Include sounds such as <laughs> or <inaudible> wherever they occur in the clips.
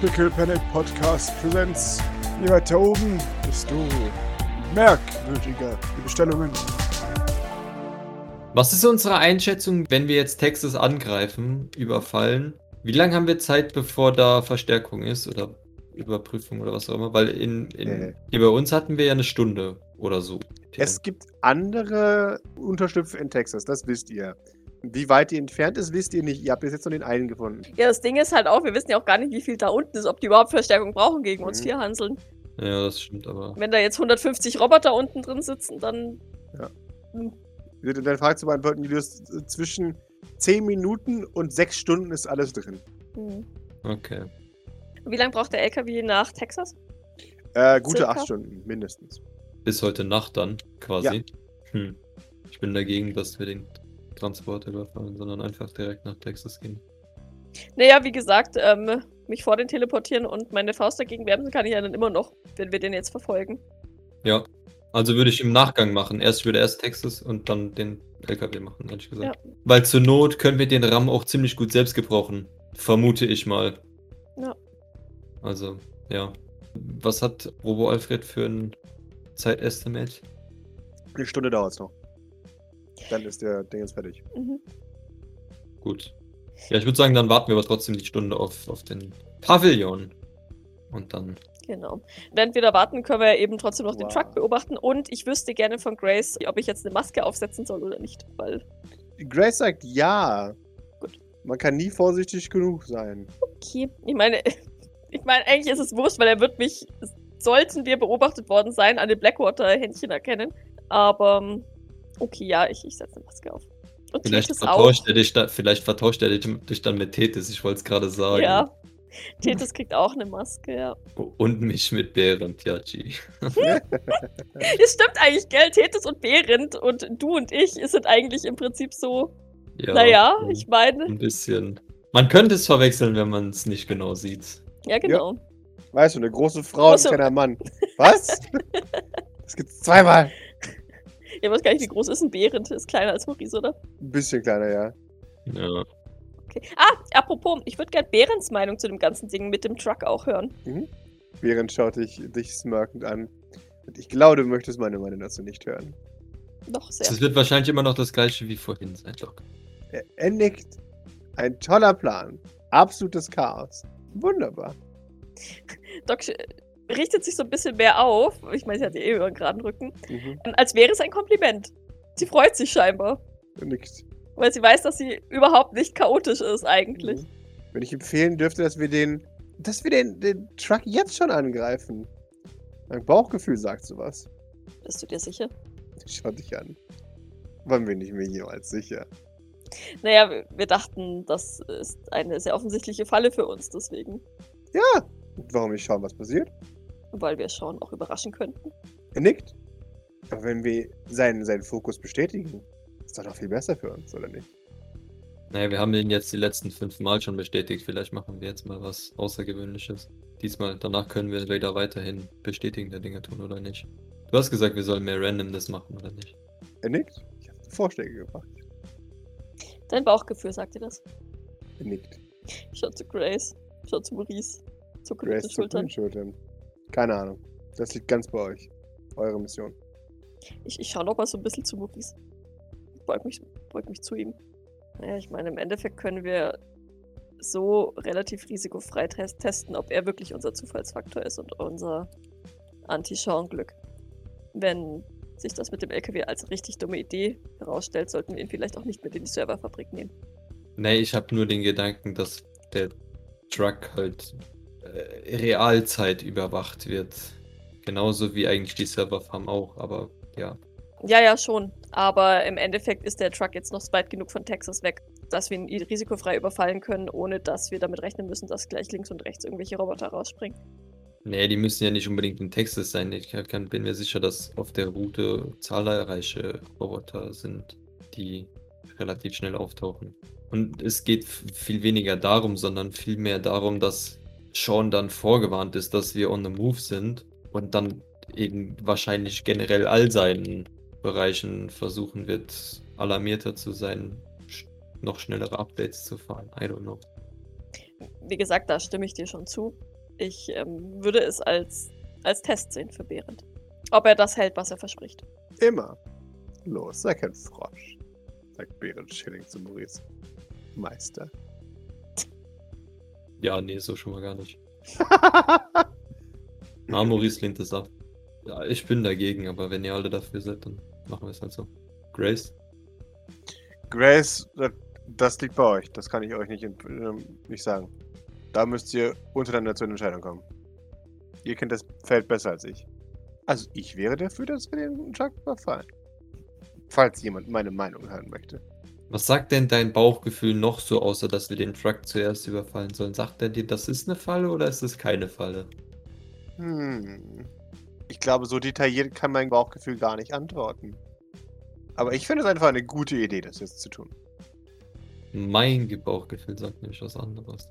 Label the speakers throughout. Speaker 1: Pickle Panic Podcast Präsenz. Je weiter oben, desto merkwürdiger die Bestellungen.
Speaker 2: Was ist unsere Einschätzung, wenn wir jetzt Texas angreifen, überfallen? Wie lange haben wir Zeit, bevor da Verstärkung ist oder Überprüfung oder was auch immer? Weil in, in,
Speaker 1: Äh.
Speaker 2: hier bei uns hatten wir ja eine Stunde oder so.
Speaker 3: Es gibt andere Unterschlüpfe in Texas, das wisst ihr. Wie weit die entfernt ist, wisst ihr nicht. Ihr habt bis jetzt nur den einen gefunden.
Speaker 4: Ja, das Ding ist halt auch, wir wissen ja auch gar nicht, wie viel da unten ist, ob die überhaupt Verstärkung brauchen gegen uns
Speaker 3: Mhm.
Speaker 4: vier Hanseln.
Speaker 2: ja, das stimmt, aber.
Speaker 4: Wenn da jetzt 150 Roboter unten drin sitzen, dann
Speaker 3: Und dann fragst du mal, Julius, äh, zwischen 10 Minuten und 6 Stunden ist alles drin.
Speaker 4: hm.
Speaker 2: Okay.
Speaker 4: Wie lange braucht der LKW nach Texas?
Speaker 3: Äh, gute
Speaker 4: Circa?
Speaker 3: 8 Stunden, mindestens.
Speaker 2: Bis heute Nacht dann, quasi. Hm. Ich bin dagegen, dass wir den Transport überfallen, sondern einfach direkt nach Texas gehen.
Speaker 4: Naja, wie gesagt, ähm, mich vor den teleportieren und meine Faust dagegen bremsen kann ich ja dann immer noch, wenn wir den jetzt verfolgen.
Speaker 2: Ja. Also würde ich im Nachgang machen. Erst ich würde erst Texas und dann den LKW machen, ehrlich gesagt. Weil zur Not können wir den RAM auch ziemlich gut selbst gebrauchen. Vermute ich mal.
Speaker 4: Ja.
Speaker 2: Also, ja. Was hat Robo Alfred für ein Zeitestimate?
Speaker 3: Eine Stunde dauert es noch. Dann ist der Ding jetzt fertig.
Speaker 4: Mhm.
Speaker 2: Gut. Ja, ich würde sagen, dann warten wir aber trotzdem die Stunde auf, auf den Pavillon. Und dann.
Speaker 4: Genau. Während wir da warten, können wir ja eben trotzdem noch den
Speaker 3: Wow.
Speaker 4: Truck beobachten und ich wüsste gerne von Grace, ob ich jetzt eine Maske aufsetzen soll oder nicht, weil
Speaker 3: Grace sagt ja.
Speaker 4: Gut.
Speaker 3: Man kann nie vorsichtig genug sein.
Speaker 4: Okay. Ich meine, <laughs> ich meine, eigentlich ist es wurscht, weil er wird mich, sollten wir beobachtet worden sein, an den Blackwater-Händchen erkennen. Aber ähm, okay, ja, ich, ich setze eine Maske auf. Und
Speaker 2: Vielleicht
Speaker 4: Tethys auch.
Speaker 2: vertauscht, er dich da, vielleicht vertauscht er dich, dich dann mit Tethys, ich wollte es gerade sagen.
Speaker 4: Ja. Tethys kriegt auch eine Maske, ja.
Speaker 2: Und mich mit Behrend, ja, G.
Speaker 4: Das stimmt eigentlich, gell? Tethys und Behrendt und du und ich sind eigentlich im Prinzip so,
Speaker 2: Ja,
Speaker 4: naja, ich meine,
Speaker 2: Ein bisschen. Man könnte es verwechseln, wenn man es nicht genau sieht.
Speaker 4: ja genau.
Speaker 3: Weißt du, eine große Frau und
Speaker 4: Große-
Speaker 3: ein kleiner Mann. Was? das gibt's zweimal.
Speaker 4: Ja. Ich weiß gar nicht, wie groß ist ein Behrendt? Ist kleiner als Maurice, oder?
Speaker 3: Ein bisschen kleiner, ja.
Speaker 2: Ja.
Speaker 4: Okay. Ah, apropos, ich würde gerne Behrens Meinung zu dem ganzen Ding mit dem Truck auch hören.
Speaker 3: Während schaut dich, dich smirkend an. Und ich glaube, du möchtest meine Meinung dazu nicht hören.
Speaker 4: Noch sehr.
Speaker 2: Es wird wahrscheinlich immer noch das gleiche wie vorhin sein, Doc.
Speaker 3: Er, er nickt. Ein toller Plan. Absolutes Chaos. Wunderbar.
Speaker 4: Doc sch- richtet sich so ein bisschen mehr auf. Ich meine, sie hat ja eh über einen geraden Rücken.
Speaker 3: Mhm.
Speaker 4: Als wäre es ein Kompliment. Sie freut sich scheinbar,
Speaker 3: Er nickt.
Speaker 4: weil sie weiß, dass sie überhaupt nicht chaotisch ist eigentlich.
Speaker 3: Mhm. Wenn ich empfehlen dürfte, dass wir den, dass wir den, den Truck jetzt schon angreifen. Mein Bauchgefühl sagt sowas.
Speaker 4: Bist du dir sicher?
Speaker 3: Schau dich an. Wann bin ich mir jemals sicher?
Speaker 4: Naja, wir- wir dachten, das ist eine sehr offensichtliche Falle für uns, deswegen.
Speaker 3: Und Warum nicht schauen, was passiert?
Speaker 4: Weil wir Sean auch überraschen könnten.
Speaker 3: Er nickt. Aber wenn wir seinen, seinen Fokus bestätigen, ist doch noch viel besser für uns, oder nicht?
Speaker 2: Naja, wir haben den jetzt die letzten fünf Mal schon bestätigt. Vielleicht machen wir jetzt mal was Außergewöhnliches. Diesmal, danach können wir wieder weiterhin bestätigende Dinge tun, oder nicht? Du hast gesagt, wir sollen mehr Randomness machen, oder nicht?
Speaker 3: Er nickt. Ich habe Vorschläge gemacht.
Speaker 4: Dein Bauchgefühl sagte das.
Speaker 3: Er nickt.
Speaker 4: Schau zu Grace, schau zu Maurice, zuckt mit
Speaker 3: Grace zuckt
Speaker 4: den
Speaker 3: mit
Speaker 4: Schultern.
Speaker 3: den Schultern. Keine Ahnung. Das liegt ganz bei euch. Eure Mission.
Speaker 4: Ich, ich schaue noch mal so ein bisschen zu Muckis. Ich beug mich, beug mich zu ihm. Naja, ich meine, im Endeffekt können wir so relativ risikofrei tes- testen, ob er wirklich unser Zufallsfaktor ist und unser Anti-Schauen-Glück. Wenn sich das mit dem LKW als richtig dumme Idee herausstellt, sollten wir ihn vielleicht auch nicht mit in die Serverfabrik nehmen.
Speaker 2: Nee, ich habe nur den Gedanken, dass der Truck halt äh, Realzeit überwacht wird. Genauso wie eigentlich die Serverfarm auch, aber ja.
Speaker 4: Ja, ja, schon. Aber im Endeffekt ist der Truck jetzt noch weit genug von Texas weg, dass wir ihn i- risikofrei überfallen können, ohne dass wir damit rechnen müssen, dass gleich links und rechts irgendwelche Roboter rausspringen.
Speaker 2: Nee, die müssen ja nicht unbedingt in Texas sein. Ich kann, bin mir sicher, dass auf der Route zahlreiche Roboter sind, die relativ schnell auftauchen. Und es geht f- viel weniger darum, sondern vielmehr darum, dass Sean dann vorgewarnt ist, dass wir on the move sind und dann eben wahrscheinlich generell all seinen Bereichen versuchen wird, alarmierter zu sein, sch- noch schnellere Updates zu fahren. I don't know.
Speaker 4: wie gesagt, da stimme ich dir schon zu. Ich ähm, würde es als, als Test sehen für Behrend. Ob er das hält, was er verspricht.
Speaker 3: Immer. Los, sei kein Frosch, sagt Behrend Schilling zu Maurice. Meister. <laughs>
Speaker 5: Ja, nee, so schon mal gar nicht. Ah, Maurice lehnt es ab. Ja, ich bin dagegen, aber wenn ihr alle dafür seid, dann machen wir es halt so. Grace?
Speaker 3: Grace, äh, das liegt bei euch. Das kann ich euch nicht, ähm, nicht sagen. Da müsst ihr untereinander zu einer Entscheidung kommen. Ihr kennt das Feld besser als ich. Also ich wäre dafür, dass wir den guten Chuck überfallen. Falls jemand meine Meinung hören möchte.
Speaker 5: Was sagt denn dein Bauchgefühl noch so, außer dass wir den Truck zuerst überfallen sollen? Sagt er dir, das ist eine Falle oder ist es keine Falle?
Speaker 3: Hm. Ich glaube, so detailliert kann mein Bauchgefühl gar nicht antworten. Aber ich finde es einfach eine gute Idee, das jetzt zu tun.
Speaker 5: Mein Ge- Bauchgefühl sagt nämlich was anderes.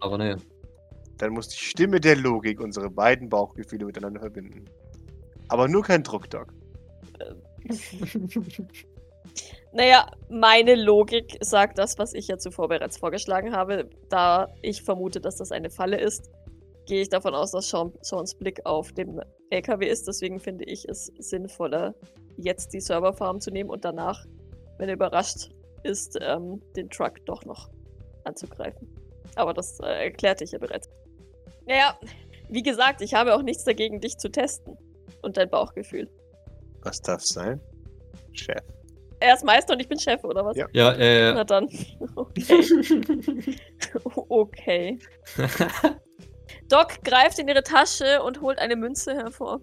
Speaker 5: Aber naja,
Speaker 3: Dann muss die Stimme der Logik unsere beiden Bauchgefühle miteinander verbinden. Aber nur kein Druckdoc.
Speaker 4: Naja, meine Logik sagt das, was ich ja zuvor bereits vorgeschlagen habe. Da ich vermute, dass das eine Falle ist, gehe ich davon aus, dass Sean, Seans Blick auf dem LKW ist. Deswegen finde ich es sinnvoller, jetzt die Serverfarm zu nehmen und danach, wenn er überrascht ist, ähm, den Truck doch noch anzugreifen. Aber das äh, erklärte ich ja bereits. Naja, wie gesagt, ich habe auch nichts dagegen, dich zu testen und dein Bauchgefühl.
Speaker 3: Was darf sein? Chef.
Speaker 4: Er ist Meister und ich bin Chef, oder was?
Speaker 3: Ja.
Speaker 5: ja, äh,
Speaker 4: Na dann. <laughs> Okay. okay. Doc greift in ihre Tasche und holt eine Münze hervor.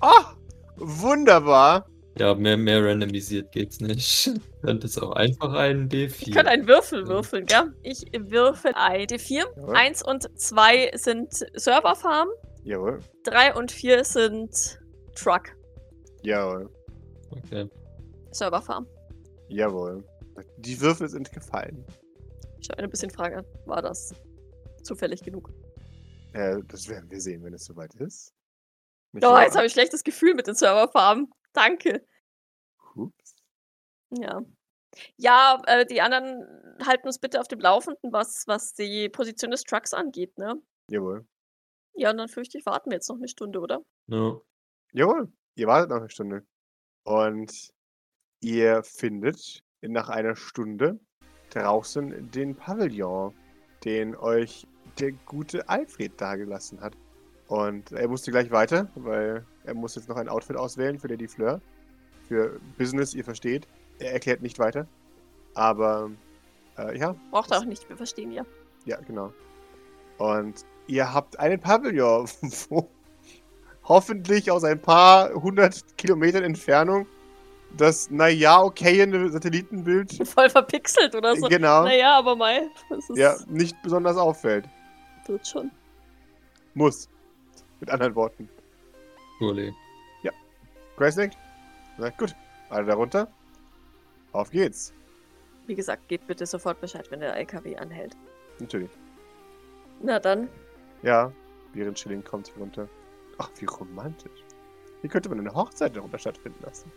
Speaker 3: Ah! Wunderbar!
Speaker 5: <laughs> Ja, mehr, mehr randomisiert geht's nicht. <laughs> Könnt es auch einfach einen D4.
Speaker 4: Ich könnte einen Würfel würfeln, gell? Ich würfel ein D4.
Speaker 3: Jawohl.
Speaker 4: Eins und zwei sind Serverfarm.
Speaker 3: Jawohl.
Speaker 4: Drei und vier sind Truck.
Speaker 3: Jawohl.
Speaker 5: okay.
Speaker 4: Serverfarm.
Speaker 3: Jawohl. Die Würfel sind gefallen.
Speaker 4: Ich habe eine bisschen Frage an. War das zufällig genug?
Speaker 3: Äh, das werden wir sehen, wenn es soweit ist. Nicht
Speaker 4: Oh,
Speaker 3: wahr?
Speaker 4: jetzt habe ich schlechtes Gefühl mit den Serverfarmen. Danke.
Speaker 3: Ups.
Speaker 4: Ja. Ja, äh, die anderen halten uns bitte auf dem Laufenden, was, was die Position des Trucks angeht, ne?
Speaker 3: Jawohl.
Speaker 4: Ja, und dann fürchte ich, warten wir jetzt noch eine Stunde, oder?
Speaker 5: Ja.
Speaker 3: Jawohl. Ihr wartet noch eine Stunde. Und ihr findet nach einer Stunde draußen den Pavillon, den euch der gute Alfred dagelassen hat. Und er musste gleich weiter, weil er muss jetzt noch ein Outfit auswählen für Lady Fleur. Für Business, ihr versteht. Er erklärt nicht weiter. Aber äh, ja,
Speaker 4: Braucht er auch nicht, wir verstehen ja. <laughs>
Speaker 3: Ja, genau. Und ihr habt einen Pavillon, <laughs> wo hoffentlich aus ein paar hundert Kilometern Entfernung das, naja, okayende Satellitenbild,
Speaker 4: Voll verpixelt oder
Speaker 3: <laughs>
Speaker 4: so.
Speaker 3: genau,
Speaker 4: Naja, aber mal. <laughs> Das ist,
Speaker 3: ja, nicht besonders auffällt.
Speaker 4: wird schon.
Speaker 3: Muss. Mit anderen Worten.
Speaker 5: Surely.
Speaker 3: Graysnake? Na gut, alle darunter. Auf geht's.
Speaker 4: Wie gesagt, gebt bitte sofort Bescheid, wenn der LKW anhält.
Speaker 3: Natürlich.
Speaker 4: Na dann. <laughs>
Speaker 3: Ja, während Schilling kommt hier runter. Ach, wie romantisch. Hier könnte man eine Hochzeit darunter stattfinden lassen.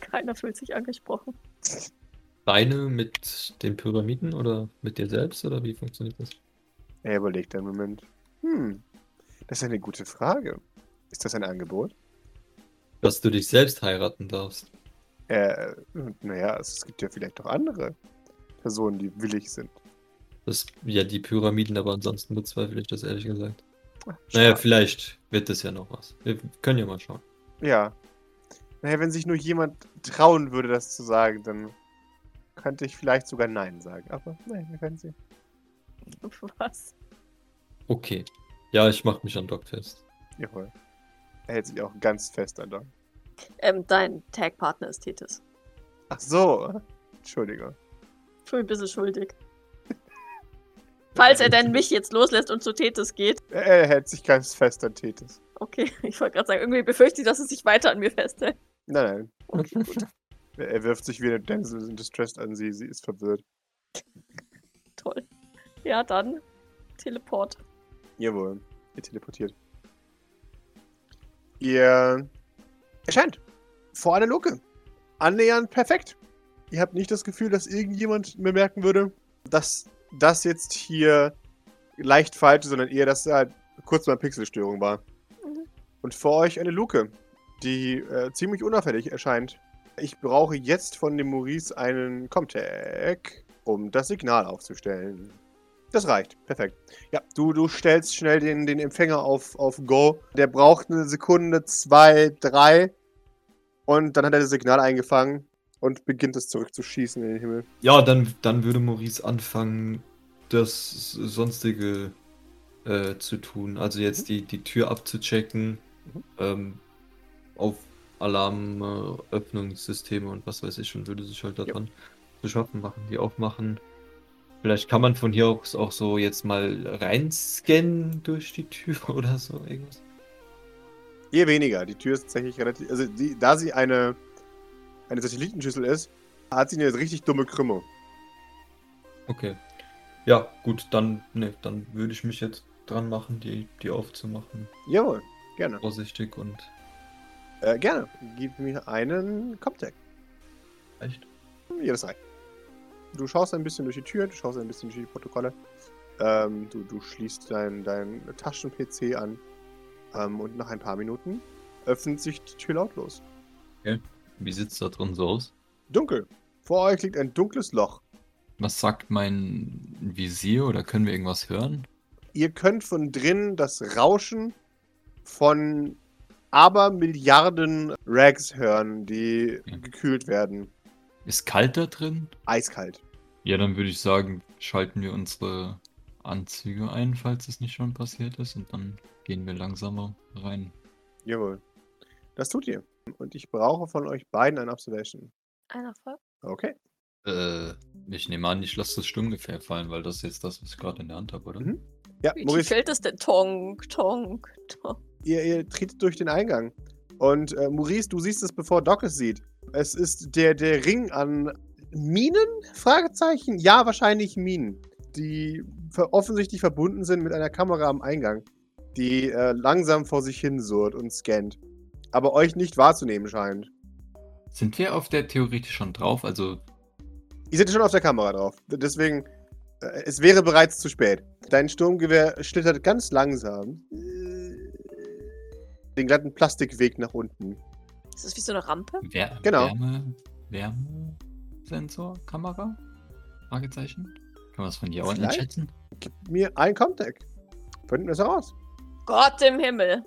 Speaker 4: Keiner fühlt sich angesprochen. <laughs>
Speaker 5: Deine mit den Pyramiden oder mit dir selbst oder wie funktioniert das?
Speaker 3: Er überlegt einen Moment. Hm, das ist eine gute Frage. Ist das ein Angebot?
Speaker 5: Dass du dich selbst heiraten darfst.
Speaker 3: Äh, naja, es gibt ja vielleicht auch andere Personen, die willig sind.
Speaker 5: Das, ja, die Pyramiden, aber ansonsten bezweifle ich das ehrlich gesagt.
Speaker 3: Ach,
Speaker 5: Naja,
Speaker 3: schade.
Speaker 5: vielleicht wird das ja noch was. Wir können ja mal schauen.
Speaker 3: ja. Naja, wenn sich nur jemand trauen würde, das zu sagen, dann könnte ich vielleicht sogar Nein sagen. Aber nein, wir werden sehen.
Speaker 4: Was?
Speaker 5: Okay. Ja, ich mach mich an Doc fest.
Speaker 3: Jawohl. Er hält sich auch ganz fest an Don.
Speaker 4: Ähm, dein Tagpartner ist Tethys.
Speaker 3: Ach so. Entschuldigung.
Speaker 4: Schon ein bisschen schuldig. Falls er denn mich jetzt loslässt und zu Tethys geht.
Speaker 3: Er, er hält sich ganz fest an Tethys.
Speaker 4: Okay, <laughs> ich wollte gerade sagen, irgendwie befürchte ich, dass es sich weiter an mir festhält. <laughs>
Speaker 3: Nein, nein.
Speaker 4: Okay, gut.
Speaker 3: Er er wirft sich wieder Denzel in Distress an sie. Sie ist verwirrt.
Speaker 4: Toll. Ja, dann Teleport.
Speaker 3: Jawohl. Ihr teleportiert. Ihr erscheint vor einer Luke. Annähernd perfekt. Ihr habt nicht das Gefühl, dass irgendjemand bemerken würde, dass das jetzt hier leicht falsch, sondern eher, dass da halt kurz mal Pixelstörung war.
Speaker 4: Mhm.
Speaker 3: Und vor euch eine Luke, die äh, ziemlich unauffällig erscheint. Ich brauche jetzt von dem Maurice einen Comtech, um das Signal aufzustellen. Das reicht. Perfekt. Ja, du, du stellst schnell den, den Empfänger auf, auf Go. Der braucht eine Sekunde, zwei, drei. Und dann hat er das Signal eingefangen und beginnt es zurückzuschießen in den Himmel.
Speaker 5: Ja, dann, dann würde Maurice anfangen, das Sonstige äh, zu tun. Also jetzt die, die Tür abzuchecken, ähm, auf Alarm, äh, Öffnungssysteme und was weiß ich, und würde sich halt daran zu schaffen machen, die aufmachen. Vielleicht kann man von hier aus auch so jetzt mal reinscannen durch die Tür <laughs> oder so irgendwas.
Speaker 3: Je weniger. Die Tür ist tatsächlich relativ. Also, die, da sie eine, eine Satellitenschüssel ist, hat sie eine richtig dumme Krümmung.
Speaker 5: Okay. Ja, gut, dann, ne, dann würde ich mich jetzt dran machen, die, die aufzumachen.
Speaker 3: Jawohl, gerne.
Speaker 5: Vorsichtig und
Speaker 3: Äh, gerne. Gib mir einen Comtech.
Speaker 5: echt.
Speaker 3: Ja, das reicht. Du schaust ein bisschen durch die Tür, du schaust ein bisschen durch die Protokolle. Ähm, du, du schließt dein, dein Taschen-PC an. Ähm, und nach ein paar Minuten öffnet sich die Tür lautlos.
Speaker 5: Wie sieht's da drin so aus?
Speaker 3: Dunkel. Vor euch liegt ein dunkles Loch.
Speaker 2: Was sagt mein Visier oder können wir irgendwas hören?
Speaker 3: Ihr könnt von drinnen das Rauschen von Abermilliarden Rags hören, die
Speaker 2: Mhm.
Speaker 3: gekühlt werden.
Speaker 2: Ist kalt da drin?
Speaker 3: Eiskalt.
Speaker 2: Ja, dann würde ich sagen, schalten wir unsere Anzüge ein, falls es nicht schon passiert ist, und dann gehen wir langsamer rein.
Speaker 3: Jawohl. Das tut ihr. Und ich brauche von euch beiden ein Observation.
Speaker 4: Ein Erfolg.
Speaker 3: Okay.
Speaker 2: Äh, ich nehme an, ich lasse das Stimmgefähr fallen, weil das ist jetzt das, was ich gerade in der Hand habe, oder?
Speaker 3: Mhm. Ja,
Speaker 4: Wie tief
Speaker 3: Maurice,
Speaker 4: fällt es denn? Tong, Tong, Tong.
Speaker 3: ihr, ihr tretet durch den Eingang. Und äh, Maurice, du siehst es, bevor Doc es sieht. Es ist der, der Ring an Minen? Fragezeichen? Ja, wahrscheinlich Minen. Die ver offensichtlich verbunden sind mit einer Kamera am Eingang, die äh, langsam vor sich hin surrt und scannt. Aber euch nicht wahrzunehmen scheint.
Speaker 2: Sind wir auf der theoretisch schon drauf? Also,
Speaker 3: Ihr seid schon auf der Kamera drauf. Deswegen, äh, es wäre bereits zu spät. Dein Sturmgewehr schlittert ganz langsam äh, den glatten Plastikweg nach unten.
Speaker 4: Ist das wie so eine Rampe?
Speaker 2: Wer
Speaker 3: Genau.
Speaker 2: Wärme, Wärmesensor, Kamera? Fragezeichen? Kann man das von hier auch
Speaker 3: Vielleicht.
Speaker 2: einschätzen?
Speaker 3: Gib mir ein Comtech. Finden wir es heraus.
Speaker 4: Gott im Himmel.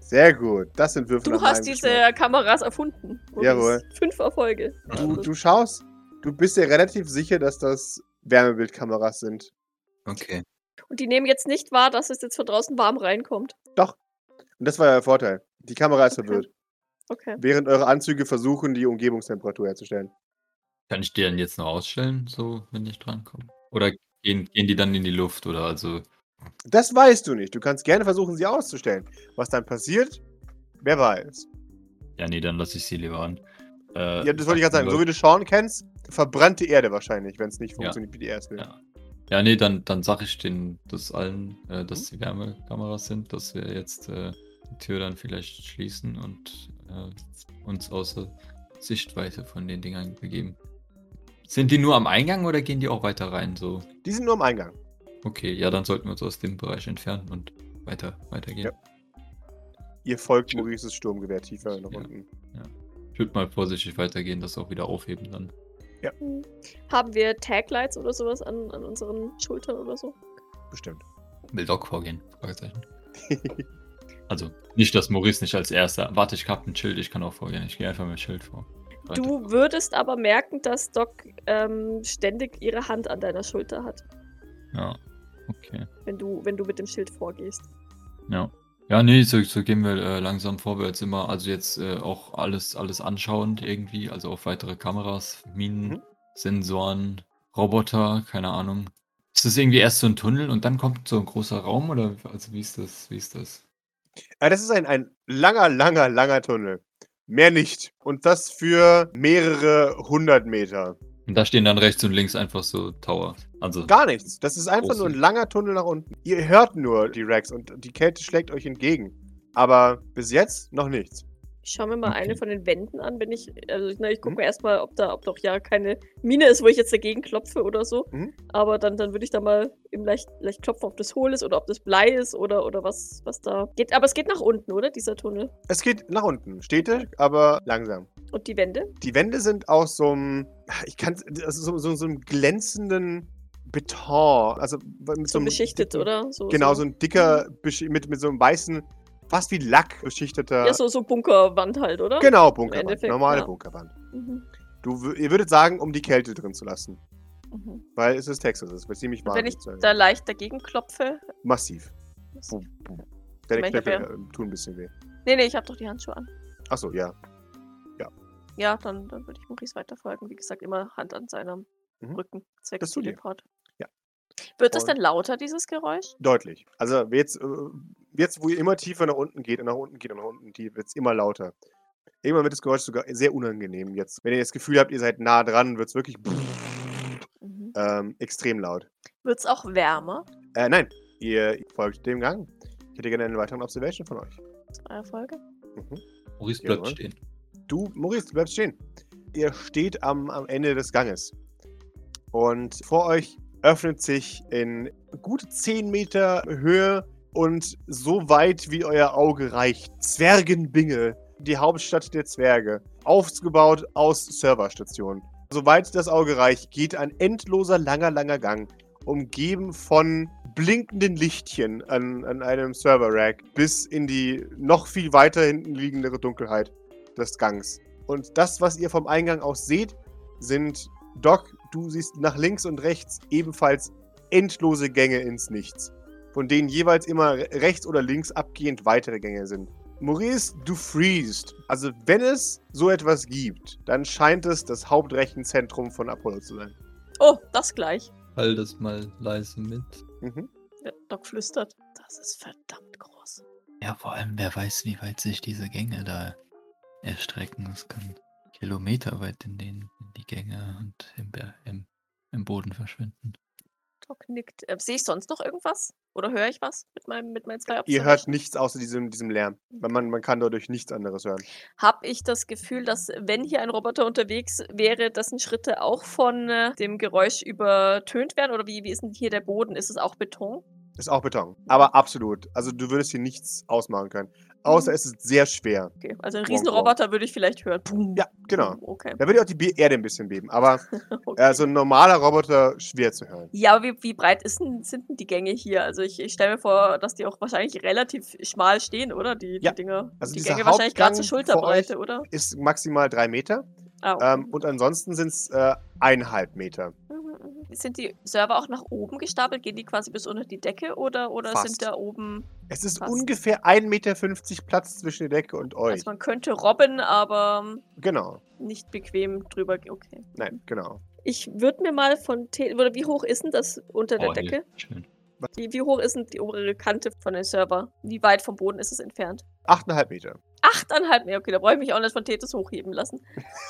Speaker 3: Sehr gut. Das sind Würfel.
Speaker 4: Du
Speaker 3: nach
Speaker 4: hast
Speaker 3: meinem
Speaker 4: diese
Speaker 3: Geschmack.
Speaker 4: Kameras erfunden. Maurice.
Speaker 3: Jawohl.
Speaker 4: Fünf Erfolge.
Speaker 3: Du, du schaust, du bist dir relativ sicher, dass das Wärmebildkameras sind.
Speaker 2: Okay.
Speaker 4: Und die nehmen jetzt nicht wahr, dass es jetzt von draußen warm reinkommt.
Speaker 3: Und das war der Vorteil. Die Kamera ist
Speaker 4: Okay.
Speaker 3: verwirrt,
Speaker 4: Okay.
Speaker 3: während eure Anzüge versuchen, die Umgebungstemperatur herzustellen.
Speaker 2: Kann ich die dann jetzt noch ausstellen, so, wenn ich drankomme? Oder gehen, gehen die dann in die Luft? Oder also,
Speaker 3: Das weißt du nicht. Du kannst gerne versuchen, sie auszustellen. Was dann passiert, wer weiß.
Speaker 2: ja, nee, dann lasse ich sie lieber an. Äh,
Speaker 3: Ja, das wollte ich gerade sagen. So wie du Sean kennst, verbrannte Erde wahrscheinlich, wenn es nicht funktioniert, wie die erste.
Speaker 2: Ja. Ja, nee, dann, dann sage ich den, dass allen, äh,
Speaker 3: Mhm.
Speaker 2: dass die Wärmekameras sind, dass wir jetzt äh, die Tür dann vielleicht schließen und äh, uns außer Sichtweite von den Dingern begeben. Sind die nur am Eingang oder gehen die auch weiter rein? So,
Speaker 3: Die sind nur am Eingang.
Speaker 2: okay, ja, dann sollten wir uns aus dem Bereich entfernen und weiter, weitergehen.
Speaker 3: Ihr folgt
Speaker 2: Stimmt.
Speaker 3: Maurices Sturmgewehr tiefer nach
Speaker 2: Ja.
Speaker 3: unten.
Speaker 2: Ich würde mal vorsichtig weitergehen, das auch wieder aufheben dann.
Speaker 4: Haben wir Taglights oder sowas an, an unseren Schultern oder so?
Speaker 3: Bestimmt.
Speaker 2: Will Doc vorgehen? Fragezeichen. Also, nicht, dass Maurice nicht als erster. Warte, ich hab ein Schild, ich kann auch vorgehen. Ich gehe einfach mit dem Schild vor. Warte.
Speaker 4: Du würdest aber merken, dass Doc ähm, ständig ihre Hand an deiner Schulter hat,
Speaker 2: Ja, okay.
Speaker 4: wenn du, wenn du mit dem Schild vorgehst.
Speaker 2: Ja. Ja, nee, so, so gehen wir äh, langsam vorwärts immer. Also jetzt äh, auch alles, alles anschauend irgendwie, also auf weitere Kameras, Minen,
Speaker 3: Mhm.
Speaker 2: Sensoren, Roboter, keine Ahnung. Ist das irgendwie erst so ein Tunnel und dann kommt so ein großer Raum oder also wie ist das? Wie ist das?
Speaker 3: Aber Ah, das ist ein, ein langer, langer, langer Tunnel. Mehr nicht. Und das für mehrere hundert Meter.
Speaker 2: Und da stehen dann rechts und links einfach so Tower. Also
Speaker 3: Gar nichts. Das ist einfach
Speaker 2: Große.
Speaker 3: nur ein langer Tunnel nach unten. Ihr hört nur die Racks und die Kälte schlägt euch entgegen. Aber bis jetzt noch nichts.
Speaker 4: Ich schaue mir mal
Speaker 2: Okay.
Speaker 4: eine von den Wänden an, wenn ich. Also, na,
Speaker 3: Mhm.
Speaker 4: ich gucke mir erstmal, ob da ob doch ja keine Mine ist, wo ich jetzt dagegen klopfe oder so.
Speaker 3: Mhm.
Speaker 4: Aber dann, dann würde ich da mal eben leicht, leicht klopfen, ob das hohl ist oder ob das Blei ist oder, oder was, was da geht. Aber es geht nach unten, oder? Dieser Tunnel.
Speaker 3: Es geht nach unten, stetig, aber langsam.
Speaker 4: Und die Wände?
Speaker 3: Die Wände sind aus so einem, ich kann also so, so, so einem glänzenden Beton, also mit
Speaker 4: So, beschichtet,
Speaker 3: dicken-
Speaker 4: oder? So,
Speaker 3: Genau, so
Speaker 4: so.
Speaker 3: ein dicker, beschi- mit, mit so einem weißen, fast wie Lack beschichteter.
Speaker 4: Ja, so, so Bunkerwand halt, <laughs> oder?
Speaker 3: Genau, Bunkerwand,
Speaker 4: Endeffekt,
Speaker 3: normale
Speaker 4: ja.
Speaker 3: Bunkerwand.
Speaker 4: Mhm.
Speaker 3: Du, wür- ihr würdet sagen, um die Kälte drin zu lassen,
Speaker 4: Mhm.
Speaker 3: weil es ist Texas, es wird ziemlich
Speaker 4: Und
Speaker 3: warm.
Speaker 4: Also wenn ich
Speaker 3: sein.
Speaker 4: da leicht dagegen klopfe.
Speaker 3: Massiv. Buh, buh. Deine
Speaker 4: Ich mein, ich hab
Speaker 3: Knöchel äh, tun ein bisschen weh.
Speaker 4: Nee, nee, ich habe doch die Handschuhe an.
Speaker 3: Achso, ja.
Speaker 4: Ja, dann, dann würde ich Maurice weiterfolgen. Wie gesagt, immer Hand an seinem
Speaker 3: Mhm.
Speaker 4: Rücken. Zwecks
Speaker 3: Das tut ihr.
Speaker 4: Teleport.
Speaker 3: Ja.
Speaker 4: Wird das
Speaker 3: Und-
Speaker 4: denn lauter, dieses Geräusch?
Speaker 3: Deutlich. Also jetzt, äh, jetzt, wo ihr immer tiefer nach unten geht und nach unten geht und nach unten geht, wird es immer lauter. Irgendwann wird das Geräusch sogar sehr unangenehm jetzt. Wenn ihr das Gefühl habt, ihr seid nah dran, wird es wirklich
Speaker 4: Mhm.
Speaker 3: ähm, extrem laut.
Speaker 4: Wird es auch wärmer?
Speaker 3: Äh, nein, ihr folgt dem Gang. Ich hätte gerne einen weiteren Observation von euch.
Speaker 4: Zwei Erfolge.
Speaker 3: Mhm.
Speaker 2: Maurice bleibt
Speaker 3: Jawohl.
Speaker 2: stehen.
Speaker 3: Du, Maurice, du bleibst stehen. Ihr steht am, am Ende des Ganges. Und vor euch öffnet sich in gute 10 Meter Höhe und so weit wie euer Auge reicht Zwergenbinge, die Hauptstadt der Zwerge, aufgebaut aus Serverstationen. Soweit das Auge reicht, geht ein endloser, langer, langer Gang, umgeben von blinkenden Lichtchen an, an einem Server-Rack bis in die noch viel weiter hinten liegendere Dunkelheit des Gangs. Und das, was ihr vom Eingang aus seht, sind Doc, du siehst nach links und rechts ebenfalls endlose Gänge ins Nichts, von denen jeweils immer re- rechts oder links abgehend weitere Gänge sind. Maurice, du freest. Also wenn es so etwas gibt, dann scheint es das Hauptrechenzentrum von Apollo zu sein.
Speaker 4: Oh, das gleich.
Speaker 2: All das mal leise mit.
Speaker 3: Mhm.
Speaker 4: Ja, Doc flüstert. Das ist verdammt groß.
Speaker 2: Ja, vor allem, wer weiß, wie weit sich diese Gänge da erstrecken. Es kann kilometerweit in, den, in die Gänge und im, Ber- im, im Boden verschwinden.
Speaker 4: Doc nickt. Äh, Sehe ich sonst noch irgendwas? Oder höre ich was mit, meinem, mit meinen zwei
Speaker 3: Ihr hört
Speaker 4: Observationen?
Speaker 3: nichts außer diesem, diesem Lärm. Weil Man, man kann dadurch nichts anderes hören.
Speaker 4: Hab ich das Gefühl, dass wenn hier ein Roboter unterwegs wäre, dessen Schritte auch von äh, dem Geräusch übertönt werden? Oder wie, wie ist denn hier der Boden? Ist es auch Beton?
Speaker 3: Ist auch Beton. Aber absolut. Also du würdest hier nichts ausmachen können. Außer es ist sehr schwer.
Speaker 4: Okay, also
Speaker 3: Wonk, wonk.
Speaker 4: einen Riesenroboter würde ich vielleicht hören. Boom,
Speaker 3: Ja, genau.
Speaker 4: boom, Okay.
Speaker 3: Da würde auch die Be- Erde ein bisschen beben,
Speaker 4: <laughs>
Speaker 3: aber
Speaker 4: okay.
Speaker 3: äh, so ein normaler Roboter schwer zu hören.
Speaker 4: ja, aber wie, wie breit ist denn, sind denn die Gänge hier? Also ich, ich stelle mir vor, dass die auch wahrscheinlich relativ schmal stehen, oder? Die,
Speaker 3: Ja,
Speaker 4: die Dinger.
Speaker 3: also
Speaker 4: die
Speaker 3: dieser
Speaker 4: Gänge wahrscheinlich gerade zur
Speaker 3: Hauptgang vor euch-
Speaker 4: Schulterbreite, oder?
Speaker 3: Ist maximal drei Meter
Speaker 4: Ah, okay.
Speaker 3: ähm, und ansonsten sind es äh, eineinhalb Meter.
Speaker 4: Mhm, mhm. Sind die Server auch nach oben gestapelt? Gehen die quasi bis unter die Decke oder, oder
Speaker 3: Fast.
Speaker 4: sind da oben.
Speaker 3: Es ist
Speaker 4: Fast.
Speaker 3: ungefähr 1,50 Meter Platz zwischen der Decke und euch.
Speaker 4: Also man könnte robben, aber ähm,
Speaker 3: Genau.
Speaker 4: nicht bequem drüber gehen. Okay.
Speaker 3: Nein, genau.
Speaker 4: Ich würde mir mal von. Te oder wie hoch ist denn das unter der
Speaker 2: Oh,
Speaker 4: Decke?
Speaker 2: hier, Schön.
Speaker 4: Wie, wie hoch ist denn die obere Kante von dem Server? Wie weit vom Boden ist es entfernt?
Speaker 3: 8,5 Meter. <laughs>
Speaker 4: Achteinhalb Meter. Okay, da brauche ich mich auch nicht von Tethys hochheben lassen.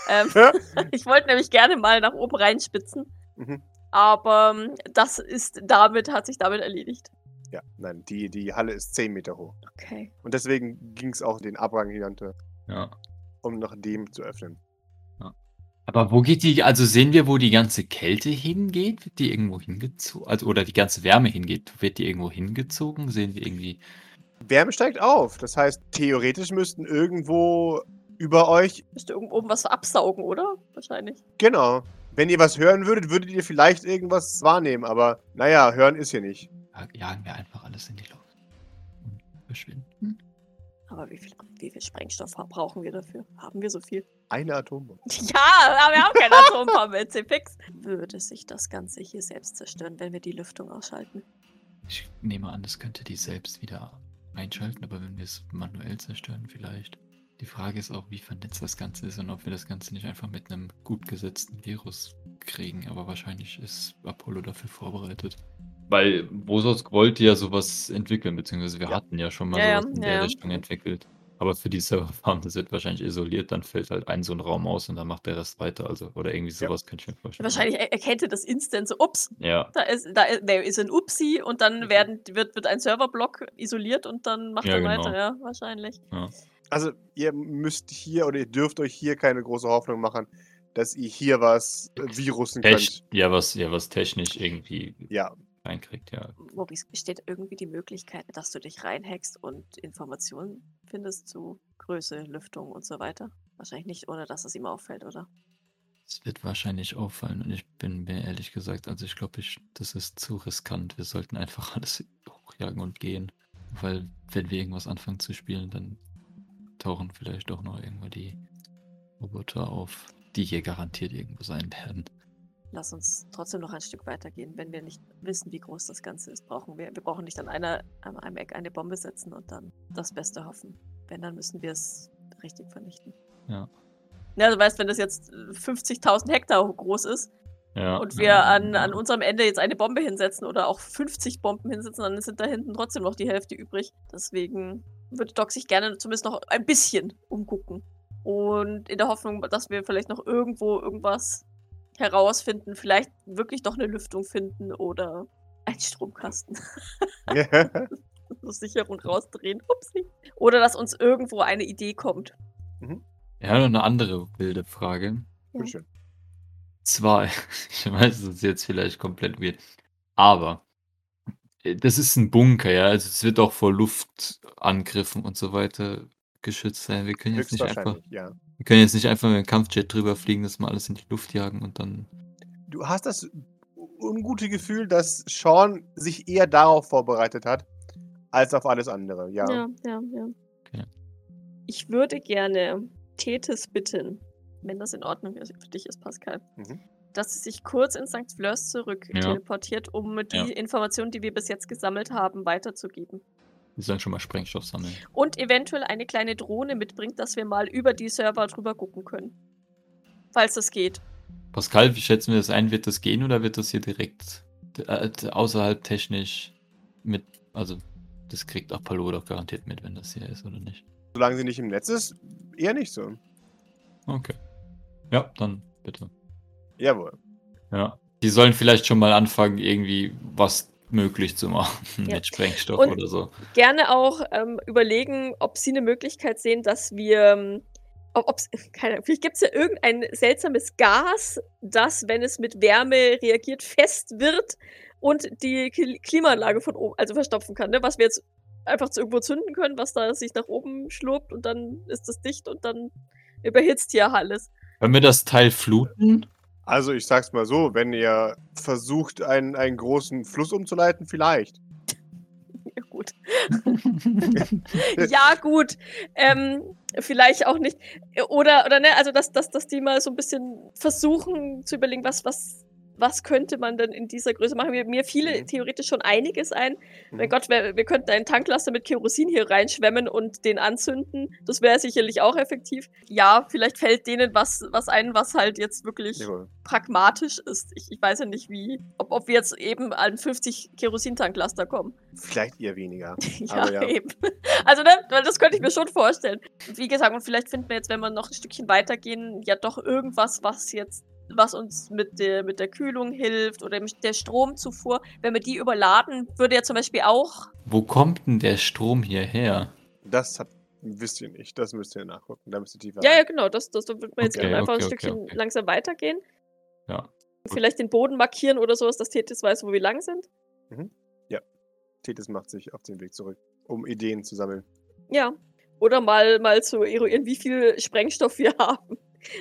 Speaker 4: ähm, <laughs> ich wollte nämlich gerne mal nach oben reinspitzen,
Speaker 3: Mhm.
Speaker 4: aber ähm, das ist damit, hat sich damit erledigt.
Speaker 3: Ja, nein, die, die Halle ist 10 Meter hoch.
Speaker 4: Okay.
Speaker 3: Und deswegen ging es auch den Abhang hinunter,
Speaker 2: Ja.
Speaker 3: um nach dem zu öffnen.
Speaker 2: Aber wo geht die, also sehen wir, wo die ganze Kälte hingeht? Wird die irgendwo hingezogen? Also, oder die ganze Wärme hingeht? Wird die irgendwo hingezogen? Sehen wir irgendwie.
Speaker 3: Wärme steigt auf. Das heißt, theoretisch müssten irgendwo über euch
Speaker 4: Müsste irgendwo oben was absaugen, oder? Wahrscheinlich.
Speaker 3: Genau. Wenn ihr was hören würdet, würdet ihr vielleicht irgendwas wahrnehmen, aber naja, hören ist hier nicht.
Speaker 2: Ja, Jagen wir einfach alles in die Luft. Und verschwinden.
Speaker 4: Aber wie viel, wie viel Sprengstoff ha- brauchen wir dafür? Haben wir so viel?
Speaker 3: Eine Atombombe.
Speaker 4: <laughs> Ja, aber wir haben keine <laughs> Atombombe in CPX. Würde sich das Ganze hier selbst zerstören, wenn wir die Lüftung ausschalten?
Speaker 2: Ich nehme an, das könnte die selbst wieder einschalten, aber wenn wir es manuell zerstören, vielleicht. Die Frage ist auch, wie vernetzt das Ganze ist und ob wir das Ganze nicht einfach mit einem gut gesetzten Virus kriegen. Aber wahrscheinlich ist Apollo dafür vorbereitet. Weil Bosos wollte ja sowas entwickeln, beziehungsweise wir hatten ja schon mal
Speaker 4: Ja, ja,
Speaker 2: sowas in
Speaker 4: ja,
Speaker 2: der
Speaker 4: ja.
Speaker 2: Richtung entwickelt. Aber für die Serverfarm, das wird wahrscheinlich isoliert, dann fällt halt ein so ein Raum aus und dann macht der Rest weiter. Also, oder irgendwie
Speaker 3: Ja.
Speaker 2: sowas könnte ich mir vorstellen.
Speaker 4: Wahrscheinlich er- erkennt er das instant so, ups,
Speaker 2: Ja,
Speaker 4: da ist, da ist, there is an Upsi und dann
Speaker 3: Mhm.
Speaker 4: werden, wird, wird ein Serverblock isoliert und dann macht
Speaker 2: Ja,
Speaker 4: er
Speaker 2: genau.
Speaker 4: weiter, ja, wahrscheinlich.
Speaker 3: Also, ihr müsst hier oder ihr dürft euch hier keine große Hoffnung machen, dass ihr hier was äh, virussen
Speaker 2: Echt?
Speaker 3: könnt.
Speaker 2: Ja, was, ja, was technisch irgendwie
Speaker 3: Ja,
Speaker 2: reinkriegt, ja.
Speaker 4: Maurice, besteht irgendwie die Möglichkeit, dass du dich reinhackst und Informationen findest zu Größe, Lüftung und so weiter? Wahrscheinlich nicht, ohne dass es ihm auffällt, oder?
Speaker 2: Es wird wahrscheinlich auffallen und ich bin mir ehrlich gesagt, also ich glaube, ich, das ist zu riskant. Wir sollten einfach <laughs> alles hochjagen und gehen. Weil wenn wir irgendwas anfangen zu spielen, dann tauchen vielleicht auch noch irgendwann die Roboter auf, die hier garantiert irgendwo sein werden.
Speaker 4: Lass uns trotzdem noch ein Stück weitergehen. Wenn wir nicht wissen, wie groß das Ganze ist, brauchen wir. Wir brauchen nicht an einer, an einem Eck eine Bombe setzen und dann das Beste hoffen. Wenn, dann müssen wir es richtig vernichten.
Speaker 2: Ja.
Speaker 4: Ja, du weißt, wenn das jetzt äh, 50.000 Hektar groß ist
Speaker 2: Ja.
Speaker 4: und wir an, an unserem Ende jetzt eine Bombe hinsetzen oder auch 50 Bomben hinsetzen, dann sind da hinten trotzdem noch die Hälfte übrig. Deswegen würde Doc sich gerne zumindest noch ein bisschen umgucken. Und in der Hoffnung, dass wir vielleicht noch irgendwo irgendwas herausfinden, vielleicht wirklich doch eine Lüftung finden oder einen Stromkasten. <laughs>
Speaker 3: <laughs>
Speaker 4: so sicher und rausdrehen. Upsi. Oder dass uns irgendwo eine Idee kommt.
Speaker 2: Ja, noch eine andere wilde Frage.
Speaker 3: Bitteschön.
Speaker 2: Zwei. <laughs> Ich weiß, das ist jetzt vielleicht komplett weird. Aber äh, das ist ein Bunker, ja. Also es wird auch vor Luftangriffen und so weiter geschützt sein. Wir können jetzt nicht einfach,
Speaker 3: Höchstwahrscheinlich, ja.
Speaker 2: wir können jetzt nicht einfach mit dem Kampfjet drüber fliegen, das mal alles in die Luft jagen und dann.
Speaker 3: Du hast das ungute Gefühl, dass Sean sich eher darauf vorbereitet hat, als auf alles andere, ja.
Speaker 4: Ja, ja, ja.
Speaker 2: Okay.
Speaker 4: Ich würde gerne Tethys bitten, wenn das in Ordnung ist für dich ist, Pascal,
Speaker 3: Mhm.
Speaker 4: dass sie sich kurz in St. Flörs zurück
Speaker 2: Ja.
Speaker 4: teleportiert, um die
Speaker 2: Ja.
Speaker 4: Informationen, die wir bis jetzt gesammelt haben, weiterzugeben.
Speaker 2: Wir sollen schon mal Sprengstoff sammeln.
Speaker 4: Und eventuell eine kleine Drohne mitbringt, dass wir mal über die Server drüber gucken können. Falls das geht.
Speaker 2: Pascal, wie schätzen wir das ein? Wird das gehen oder wird das hier direkt äh, außerhalb technisch mit. Also, das kriegt auch Palo doch garantiert mit, wenn das hier ist, oder nicht?
Speaker 3: Solange sie nicht im Netz ist, eher nicht so.
Speaker 2: Okay. Ja, dann bitte.
Speaker 3: Jawohl.
Speaker 2: Ja. Die sollen vielleicht schon mal anfangen, irgendwie was möglich zu machen
Speaker 4: Ja.
Speaker 2: mit Sprengstoff
Speaker 4: Und-
Speaker 2: oder so.
Speaker 4: Gerne auch ähm, überlegen, ob sie eine Möglichkeit sehen, dass wir. Ähm, ob, ob's, <laughs> keine Ahnung, vielleicht gibt es ja irgendein seltsames Gas, das, wenn es mit Wärme reagiert, fest wird und die Kli- Klimaanlage von oben, also verstopfen kann, ne? was wir jetzt einfach zu irgendwo zünden können, was da sich nach oben schlurpt und dann ist das dicht und dann überhitzt hier alles.
Speaker 2: Können wir das Teil fluten?
Speaker 4: <laughs>
Speaker 3: Also ich sag's mal so, wenn ihr versucht, einen, einen großen Fluss umzuleiten, vielleicht.
Speaker 4: Ja, gut. <laughs> ja, gut. Ähm, vielleicht auch nicht. Oder, oder ne, also dass, dass, dass die mal so ein bisschen versuchen zu überlegen, was, was, was könnte man denn in dieser Größe machen. Mir, mir fiele
Speaker 3: Mhm.
Speaker 4: theoretisch schon einiges ein. Mein
Speaker 3: Mhm.
Speaker 4: Gott, wir, wir könnten einen Tanklaster mit Kerosin hier reinschwemmen und den anzünden. Das wäre sicherlich auch effektiv. Ja, vielleicht fällt denen was, was ein, was halt jetzt wirklich
Speaker 3: Jawohl.
Speaker 4: pragmatisch ist. Ich, ich weiß ja nicht, wie, ob, ob wir jetzt eben an 50 Kerosintanklaster kommen.
Speaker 3: Vielleicht eher weniger.
Speaker 4: <laughs> Ja,
Speaker 3: Aber ja.
Speaker 4: eben. Also, ne, weil das könnte ich mir schon vorstellen. Wie gesagt, und vielleicht finden wir jetzt, wenn wir noch ein Stückchen weitergehen, ja doch irgendwas, was jetzt, was uns mit der, mit der Kühlung hilft oder mit der Stromzufuhr. Wenn wir die überladen, würde ja zum Beispiel auch.
Speaker 2: Wo kommt denn der Strom hierher?
Speaker 3: Das hat, wisst ihr nicht. Das müsst ihr nachgucken. Da müsst ihr tiefer
Speaker 4: Ja, ja,
Speaker 3: rein.
Speaker 4: genau, das, das, da würde man jetzt
Speaker 2: Okay,
Speaker 4: einfach ein
Speaker 2: okay, okay,
Speaker 4: Stückchen
Speaker 2: okay.
Speaker 4: langsam weitergehen.
Speaker 2: Ja.
Speaker 4: Vielleicht den Boden markieren oder sowas, dass Tethys weiß, wo wir lang sind.
Speaker 3: Tethys macht sich auf den Weg zurück, um Ideen zu sammeln.
Speaker 4: Ja. Oder mal, mal zu eruieren, wie viel Sprengstoff wir <laughs> haben.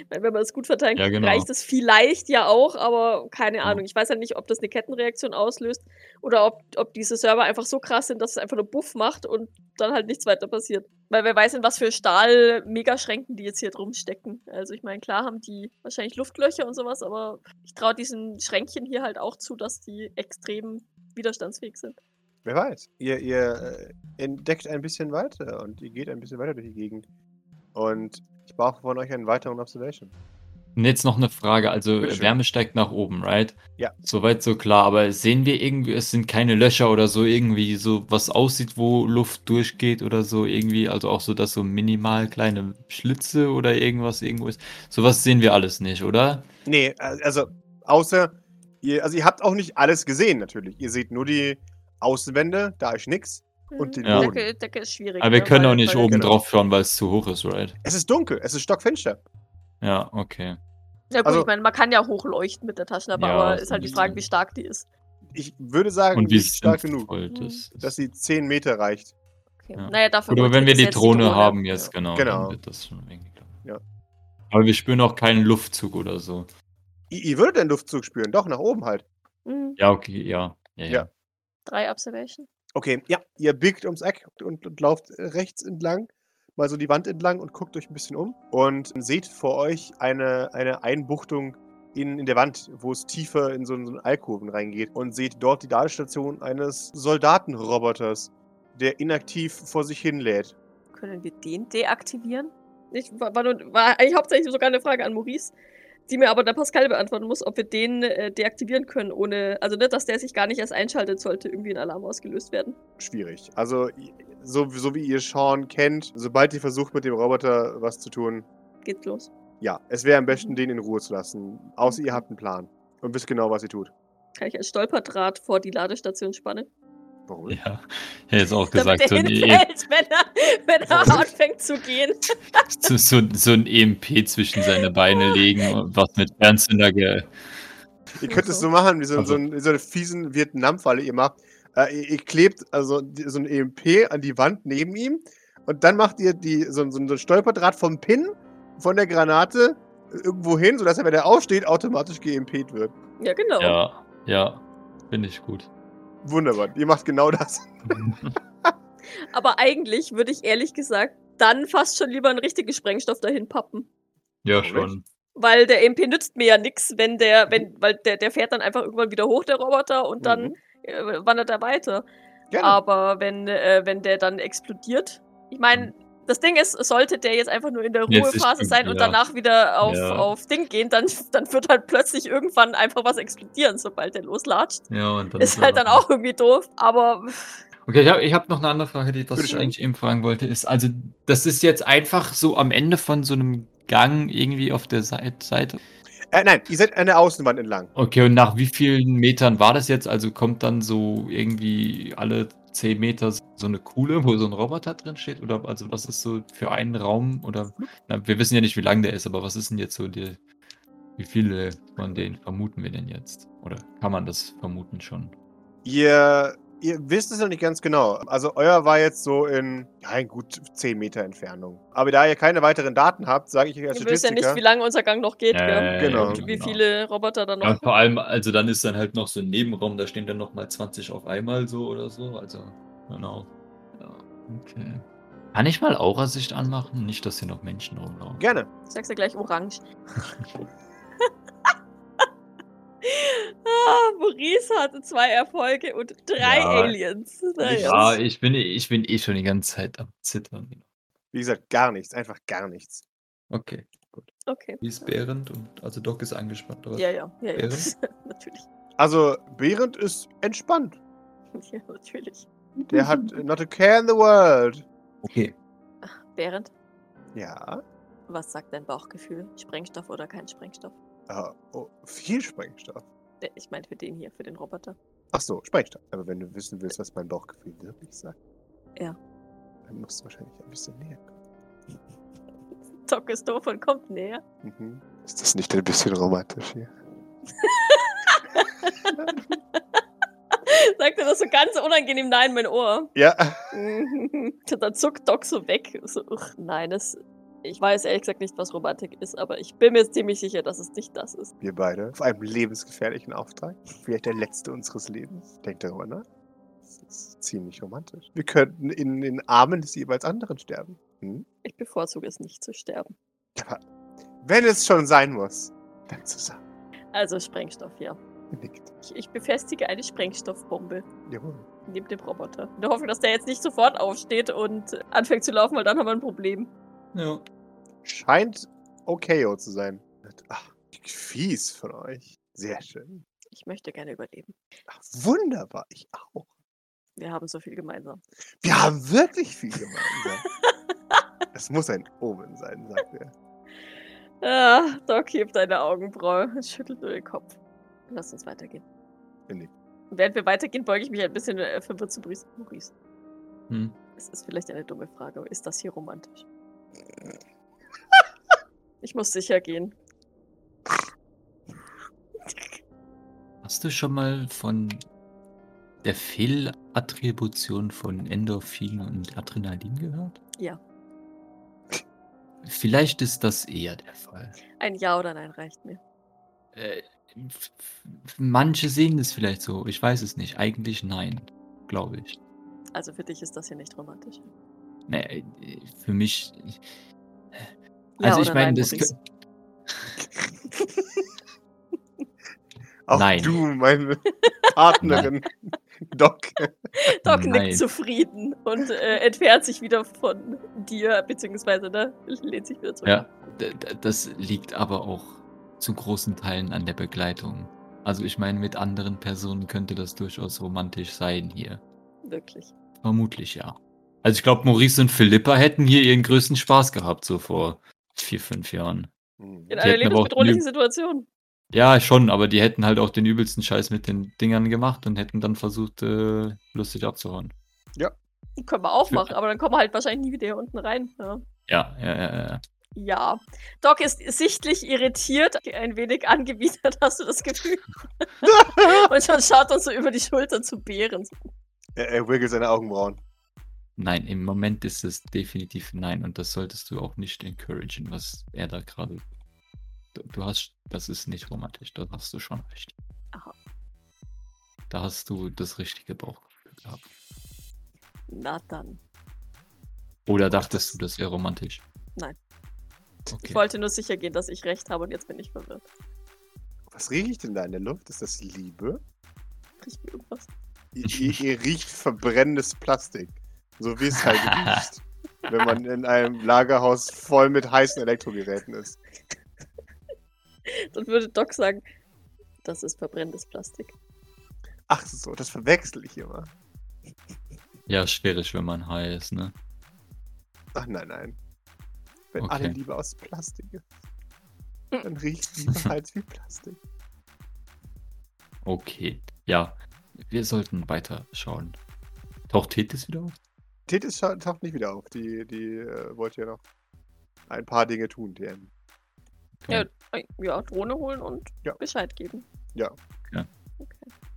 Speaker 4: Weil wenn man es gut verteilen
Speaker 2: Ja,
Speaker 4: kann,
Speaker 2: genau.
Speaker 4: reicht es vielleicht ja auch, aber keine
Speaker 2: Ja.
Speaker 4: Ahnung. Ich weiß ja nicht, ob das eine Kettenreaktion auslöst oder ob, ob diese Server einfach so krass sind, dass es einfach nur Buff macht und dann halt nichts weiter passiert. Weil wer weiß, in was für Stahl-Megaschränken die jetzt hier drum stecken. Also ich meine, klar haben die wahrscheinlich Luftlöcher und sowas, aber ich traue diesen Schränkchen hier halt auch zu, dass die extrem widerstandsfähig sind.
Speaker 3: Wer weiß. Ihr, ihr äh, entdeckt ein bisschen weiter und ihr geht ein bisschen weiter durch die Gegend. Und ich brauche von euch einen weiteren Observation.
Speaker 2: Und jetzt noch eine Frage. Also
Speaker 3: Bitteschön.
Speaker 2: Wärme steigt nach oben, right?
Speaker 3: Ja.
Speaker 2: Soweit so klar. Aber sehen wir irgendwie, es sind keine Löcher oder so irgendwie, so was aussieht, wo Luft durchgeht oder so irgendwie. Also auch so, dass so minimal kleine Schlitze oder irgendwas irgendwo ist. Sowas sehen wir alles nicht, oder?
Speaker 3: Nee, al- also außer, ihr, also ihr habt auch nicht alles gesehen natürlich. Ihr seht nur die Außenwände, da ist nichts. Und den
Speaker 2: Ja.
Speaker 4: ja.
Speaker 3: Boden.
Speaker 4: Decke, Decke Mhm. ist schwierig.
Speaker 2: Aber wir
Speaker 4: ne,
Speaker 2: können
Speaker 4: weil-
Speaker 2: auch nicht
Speaker 4: weil-
Speaker 2: oben
Speaker 3: Genau.
Speaker 2: drauf schauen, weil es zu hoch ist, right?
Speaker 3: Es ist dunkel, es ist stockfinster.
Speaker 2: Ja, okay.
Speaker 4: Ja gut,
Speaker 3: Also-
Speaker 4: ich meine, man kann ja hochleuchten mit der Taschenlampe,
Speaker 2: Ja,
Speaker 4: aber
Speaker 2: das
Speaker 4: ist halt die
Speaker 2: ist-
Speaker 4: Frage, wie stark die ist.
Speaker 3: ich würde sagen,
Speaker 2: Und
Speaker 3: die
Speaker 2: wie
Speaker 3: ist stark genug,
Speaker 2: sinnvoll
Speaker 4: Mhm.
Speaker 2: das ist.
Speaker 3: dass sie 10 Meter reicht.
Speaker 4: Okay.
Speaker 2: Ja.
Speaker 4: Naja, dafür
Speaker 2: Gut, aber
Speaker 4: wollte
Speaker 2: wenn wir
Speaker 4: ich
Speaker 2: die
Speaker 4: jetzt
Speaker 2: Drohne haben jetzt,
Speaker 4: Ja.
Speaker 2: genau,
Speaker 3: Genau.
Speaker 2: dann wird das schon irgendwie klappen.
Speaker 3: Ja.
Speaker 2: Aber wir spüren auch keinen Luftzug oder so.
Speaker 3: Ihr, ihr würdet den Luftzug spüren, doch, nach oben halt.
Speaker 4: Mhm.
Speaker 2: Ja, okay, ja. Ja, ja.
Speaker 3: Ja.
Speaker 4: Drei Observation.
Speaker 3: Okay, ja, ihr biegt ums Eck und, und lauft äh, rechts entlang, mal so die Wand entlang und guckt euch ein bisschen um und seht vor euch eine, eine Einbuchtung in, in der Wand, wo es tiefer in so einen, so einen Alkoven reingeht und seht dort die Ladestation eines Soldatenroboters, der inaktiv vor sich hinlädt.
Speaker 4: Können wir den deaktivieren? Ich war, war, nur, war eigentlich hauptsächlich sogar eine Frage an Maurice, die mir aber der Pascal beantworten muss, ob wir den äh, deaktivieren können, ohne. Also nicht, dass der sich gar nicht erst einschaltet, sollte irgendwie ein Alarm ausgelöst werden.
Speaker 3: Schwierig. Also, i- so, so wie ihr Sean kennt, sobald ihr versucht, mit dem Roboter was zu tun,
Speaker 4: Geht los.
Speaker 3: ja, es wäre am besten, den in Ruhe zu lassen. Außer ihr habt einen Plan und wisst genau, was ihr tut.
Speaker 4: Kann ich als Stolperdraht vor die Ladestation spannen?
Speaker 3: Warum?
Speaker 2: <laughs> Ja, ich hätte jetzt auch
Speaker 4: damit
Speaker 2: gesagt, so
Speaker 4: er
Speaker 2: ein, e
Speaker 4: hinfällt, wenn er, wenn er anfängt zu gehen.
Speaker 2: so, so, so ein EMP zwischen seine
Speaker 4: <laughs>
Speaker 2: Beine legen, und was mit Fernzünder ge
Speaker 3: Ihr könnt es so machen, wie so,
Speaker 2: Also-
Speaker 3: so, ein, so eine fiesen Vietnam-Falle ihr macht. Äh, ihr, ihr klebt also die- so ein EMP an die Wand neben ihm und dann macht ihr die, so, so ein Stolperdraht vom Pin, von der Granate äh, irgendwo hin, sodass er, wenn er aufsteht, automatisch geEMPt wird.
Speaker 4: Ja, genau.
Speaker 2: Ja, ja, finde ich
Speaker 3: <laughs>
Speaker 2: gut.
Speaker 3: Wunderbar. Ihr macht genau das.
Speaker 4: Aber eigentlich würde ich ehrlich gesagt dann fast schon lieber einen richtigen Sprengstoff dahin pappen.
Speaker 2: ja,
Speaker 3: Korrekt.
Speaker 2: schon.
Speaker 4: Weil der MP nützt mir ja nichts, wenn der,
Speaker 2: Mhm.
Speaker 4: wenn, weil der, der fährt dann einfach irgendwann wieder hoch, der Roboter, und dann
Speaker 3: Mhm.
Speaker 4: äh, wandert er weiter.
Speaker 3: Gerne.
Speaker 2: Genau.
Speaker 4: Aber wenn, äh, wenn der dann explodiert, ich meine, das Ding ist, sollte der jetzt einfach nur in der
Speaker 2: Mhm. Jetzt ist
Speaker 4: Ruhephase
Speaker 2: gut,
Speaker 4: sein und
Speaker 2: ja.
Speaker 4: danach wieder auf,
Speaker 2: Ja.
Speaker 4: auf Ding gehen, dann, dann wird halt plötzlich irgendwann einfach was explodieren, sobald der loslatscht.
Speaker 2: Ja, und dann
Speaker 4: Ist halt dann auch irgendwie doof, aber
Speaker 2: Okay, ich habe ich hab noch eine andere Frage, die was ich
Speaker 3: Bitteschön.
Speaker 2: eigentlich eben fragen wollte, ist, also das ist jetzt einfach so am Ende von so einem Gang irgendwie auf der Seite. Seite.
Speaker 3: Äh, nein, ihr seid an der Außenwand entlang.
Speaker 2: Okay, und nach wie vielen Metern war das jetzt? Also kommt dann so irgendwie alle 10 Meter so eine Kuhle, wo so ein Roboter drin steht? Oder also was ist so für einen Raum? Oder na, wir wissen ja nicht, wie lang der ist, aber was ist denn jetzt so die, wie viele von denen vermuten wir denn jetzt? Oder kann man das vermuten schon?
Speaker 3: Ihr, ihr wisst es noch nicht ganz genau. Also euer war jetzt so in, ja, in gut 10 Meter Entfernung. Aber da ihr keine weiteren Daten habt, sage ich euch als
Speaker 4: ihr wisst ja
Speaker 3: Statistiker,
Speaker 4: nicht, wie lange unser Gang noch geht, gell?
Speaker 2: Äh,
Speaker 3: Genau.
Speaker 4: Und wie viele Roboter da noch.
Speaker 2: Ja, und vor allem, also dann ist dann halt noch so ein Nebenraum, da stehen dann nochmal 20 auf einmal so oder so. Also, genau. Ja, okay. Kann ich mal Aurasicht anmachen? Nicht, dass hier noch Menschen rumlaufen.
Speaker 3: gerne.
Speaker 4: Ich sag's ja gleich orange. ah, Maurice hatte zwei Erfolge und drei
Speaker 2: Ja.
Speaker 4: Aliens.
Speaker 2: Ja, ich bin, ich bin eh schon die ganze Zeit am Zittern.
Speaker 3: Wie gesagt, gar nichts, einfach gar nichts.
Speaker 2: Okay.
Speaker 4: Okay.
Speaker 5: Wie ist Behrend? Und, also Doc ist angespannt. Oder? was?
Speaker 4: Ja, ja, ja, ja.
Speaker 5: Wäre?
Speaker 4: <laughs> natürlich.
Speaker 3: Also, Behrend ist entspannt.
Speaker 4: Ja, natürlich.
Speaker 3: Der hat
Speaker 4: Mhm.
Speaker 3: äh, not a care in the world.
Speaker 5: Okay.
Speaker 4: Während,
Speaker 3: Ja.
Speaker 4: was sagt dein Bauchgefühl? Sprengstoff oder kein Sprengstoff?
Speaker 3: Ah, oh, viel Sprengstoff.
Speaker 4: Äh, Ich meine für den hier, für den Roboter.
Speaker 3: Ach so, Sprengstoff. Aber wenn du wissen willst, was mein Bauchgefühl wirklich sagt.
Speaker 4: Ja.
Speaker 3: Dann musst du wahrscheinlich ein bisschen näher kommen.
Speaker 4: Doc ist doof und kommt näher. <laughs>
Speaker 3: Mhm. Ist das nicht ein bisschen romantisch hier?
Speaker 4: Sagt er das so ganz unangenehm? Nein, mein Ohr. <laughs>
Speaker 3: Ja.
Speaker 4: Mhm. Dann zuckt Doc so weg. So, uch, nein, das, ich weiß ehrlich gesagt nicht, was Romantik ist, aber ich bin mir jetzt ziemlich sicher, dass es nicht das ist.
Speaker 3: Wir beide. Auf einem lebensgefährlichen Auftrag. Vielleicht der letzte unseres Lebens. Denkt darüber nach. Das ist ziemlich romantisch. Wir könnten in den Armen des jeweils anderen sterben. Hm?
Speaker 4: Ich bevorzuge es nicht zu sterben.
Speaker 3: Aber wenn es schon sein muss, dann zusammen.
Speaker 4: Also Sprengstoff, ja.
Speaker 3: Nickt.
Speaker 4: Ich, ich befestige eine Sprengstoffbombe
Speaker 3: Jawohl.
Speaker 4: neben dem Roboter. In der Hoffnung, dass der jetzt nicht sofort aufsteht und äh, anfängt zu laufen, weil dann haben wir ein Problem.
Speaker 2: Ja.
Speaker 3: Scheint okayo zu sein. Ach, fies von euch. Sehr schön.
Speaker 4: Ich möchte gerne überleben.
Speaker 3: Ach, wunderbar, ich auch.
Speaker 4: Wir haben so viel gemeinsam.
Speaker 3: Wir haben wirklich viel gemeinsam. Es muss ein Omen sein, sagt er.
Speaker 4: Ah, Doc hebt deine Augenbraue und schüttelt nur den Kopf. Lass uns weitergehen.
Speaker 3: Er nickt.
Speaker 4: Während wir weitergehen, beuge ich mich ein bisschen äh, verwirrt zu Maurice. Maurice.
Speaker 2: Hm.
Speaker 4: Es ist vielleicht eine dumme Frage, aber ist das hier romantisch? Ich muss sicher gehen.
Speaker 2: Hast du schon mal von der Fehlattribution von Endorphin und Adrenalin gehört?
Speaker 4: Ja.
Speaker 2: Vielleicht ist das eher der Fall.
Speaker 4: Ein Ja oder Nein reicht mir.
Speaker 2: Äh, f- f- manche sehen es vielleicht so. Ich weiß es nicht. Eigentlich nein, glaube ich.
Speaker 4: Also für dich ist das hier nicht romantisch.
Speaker 2: Nee, äh, für mich.
Speaker 4: Ja
Speaker 2: Also ich
Speaker 4: oder
Speaker 2: meine,
Speaker 4: nein,
Speaker 2: das
Speaker 4: Maurice?
Speaker 2: kö-
Speaker 3: Auch
Speaker 2: Nein.
Speaker 3: du, meine
Speaker 2: <laughs>
Speaker 3: Partnerin. <laughs> Doc.
Speaker 4: <laughs> Doc
Speaker 2: Nein.
Speaker 4: nickt zufrieden und äh, entfernt sich wieder von dir, beziehungsweise ne, lehnt sich wieder zurück.
Speaker 2: Ja, d- d- das liegt aber auch zu großen Teilen an der Begleitung. Also ich meine, mit anderen Personen könnte das durchaus romantisch sein hier.
Speaker 4: Wirklich.
Speaker 2: Vermutlich ja. Also ich glaube, Maurice und Philippa hätten hier ihren größten Spaß gehabt, so vor vier, fünf Jahren.
Speaker 4: In
Speaker 2: Die
Speaker 4: einer
Speaker 2: hätten aber auch
Speaker 4: lebensbedrohlichen
Speaker 2: nie-
Speaker 4: Situation.
Speaker 2: Ja, schon, aber die hätten halt auch den übelsten Scheiß mit den Dingern gemacht und hätten dann versucht, äh, lustig abzuhauen.
Speaker 4: Die können wir aufmachen, aber dann kommen wir halt wahrscheinlich nie wieder hier unten rein. Ja.
Speaker 2: Ja, ja, ja, ja.
Speaker 4: ja. Doc ist sichtlich irritiert, ein wenig angewidert, <laughs> hast du
Speaker 2: <laughs>
Speaker 4: das Gefühl. und schon schaut uns so über die Schulter zu Bären.
Speaker 3: Er, er wiggelt seine Augenbrauen.
Speaker 2: Nein, im Moment ist es definitiv nein und das solltest du auch nicht encouragen, was er da gerade. Du, du hast, das ist nicht romantisch, da hast du schon recht.
Speaker 4: Aha.
Speaker 2: Da hast du das richtige Bauchgefühl gehabt.
Speaker 4: Na dann.
Speaker 2: Oder dachtest du, das wäre romantisch?
Speaker 4: Nein.
Speaker 2: Okay.
Speaker 4: Ich wollte nur sicher gehen, dass ich recht habe und jetzt bin ich verwirrt.
Speaker 3: Was rieche ich denn da in der Luft? Ist das Liebe?
Speaker 4: Riecht mir irgendwas.
Speaker 3: Ihr,
Speaker 2: <laughs>
Speaker 3: ihr, ihr riecht verbrennendes Plastik. So wie es halt riecht. Wenn man in einem Lagerhaus voll mit heißen Elektrogeräten ist.
Speaker 4: Dann würde Doc sagen, das ist verbrennendes Plastik.
Speaker 3: Ach so, das verwechsel ich immer.
Speaker 2: Ja, schwierig, wenn man high ist, ne?
Speaker 3: Ach nein, nein. Wenn
Speaker 2: Okay.
Speaker 3: alle Liebe aus Plastik ist, dann riecht Liebe halt wie Plastik.
Speaker 2: Okay. Ja, wir sollten weiter schauen. Taucht Tethys wieder auf?
Speaker 3: Tethys scha- taucht nicht wieder auf. Die, die äh, wollte ja noch ein paar Dinge tun, DM.
Speaker 2: Okay.
Speaker 4: Ja, Drohne holen und
Speaker 3: Ja.
Speaker 4: Bescheid geben.
Speaker 3: Ja.
Speaker 2: Ja.
Speaker 4: Okay,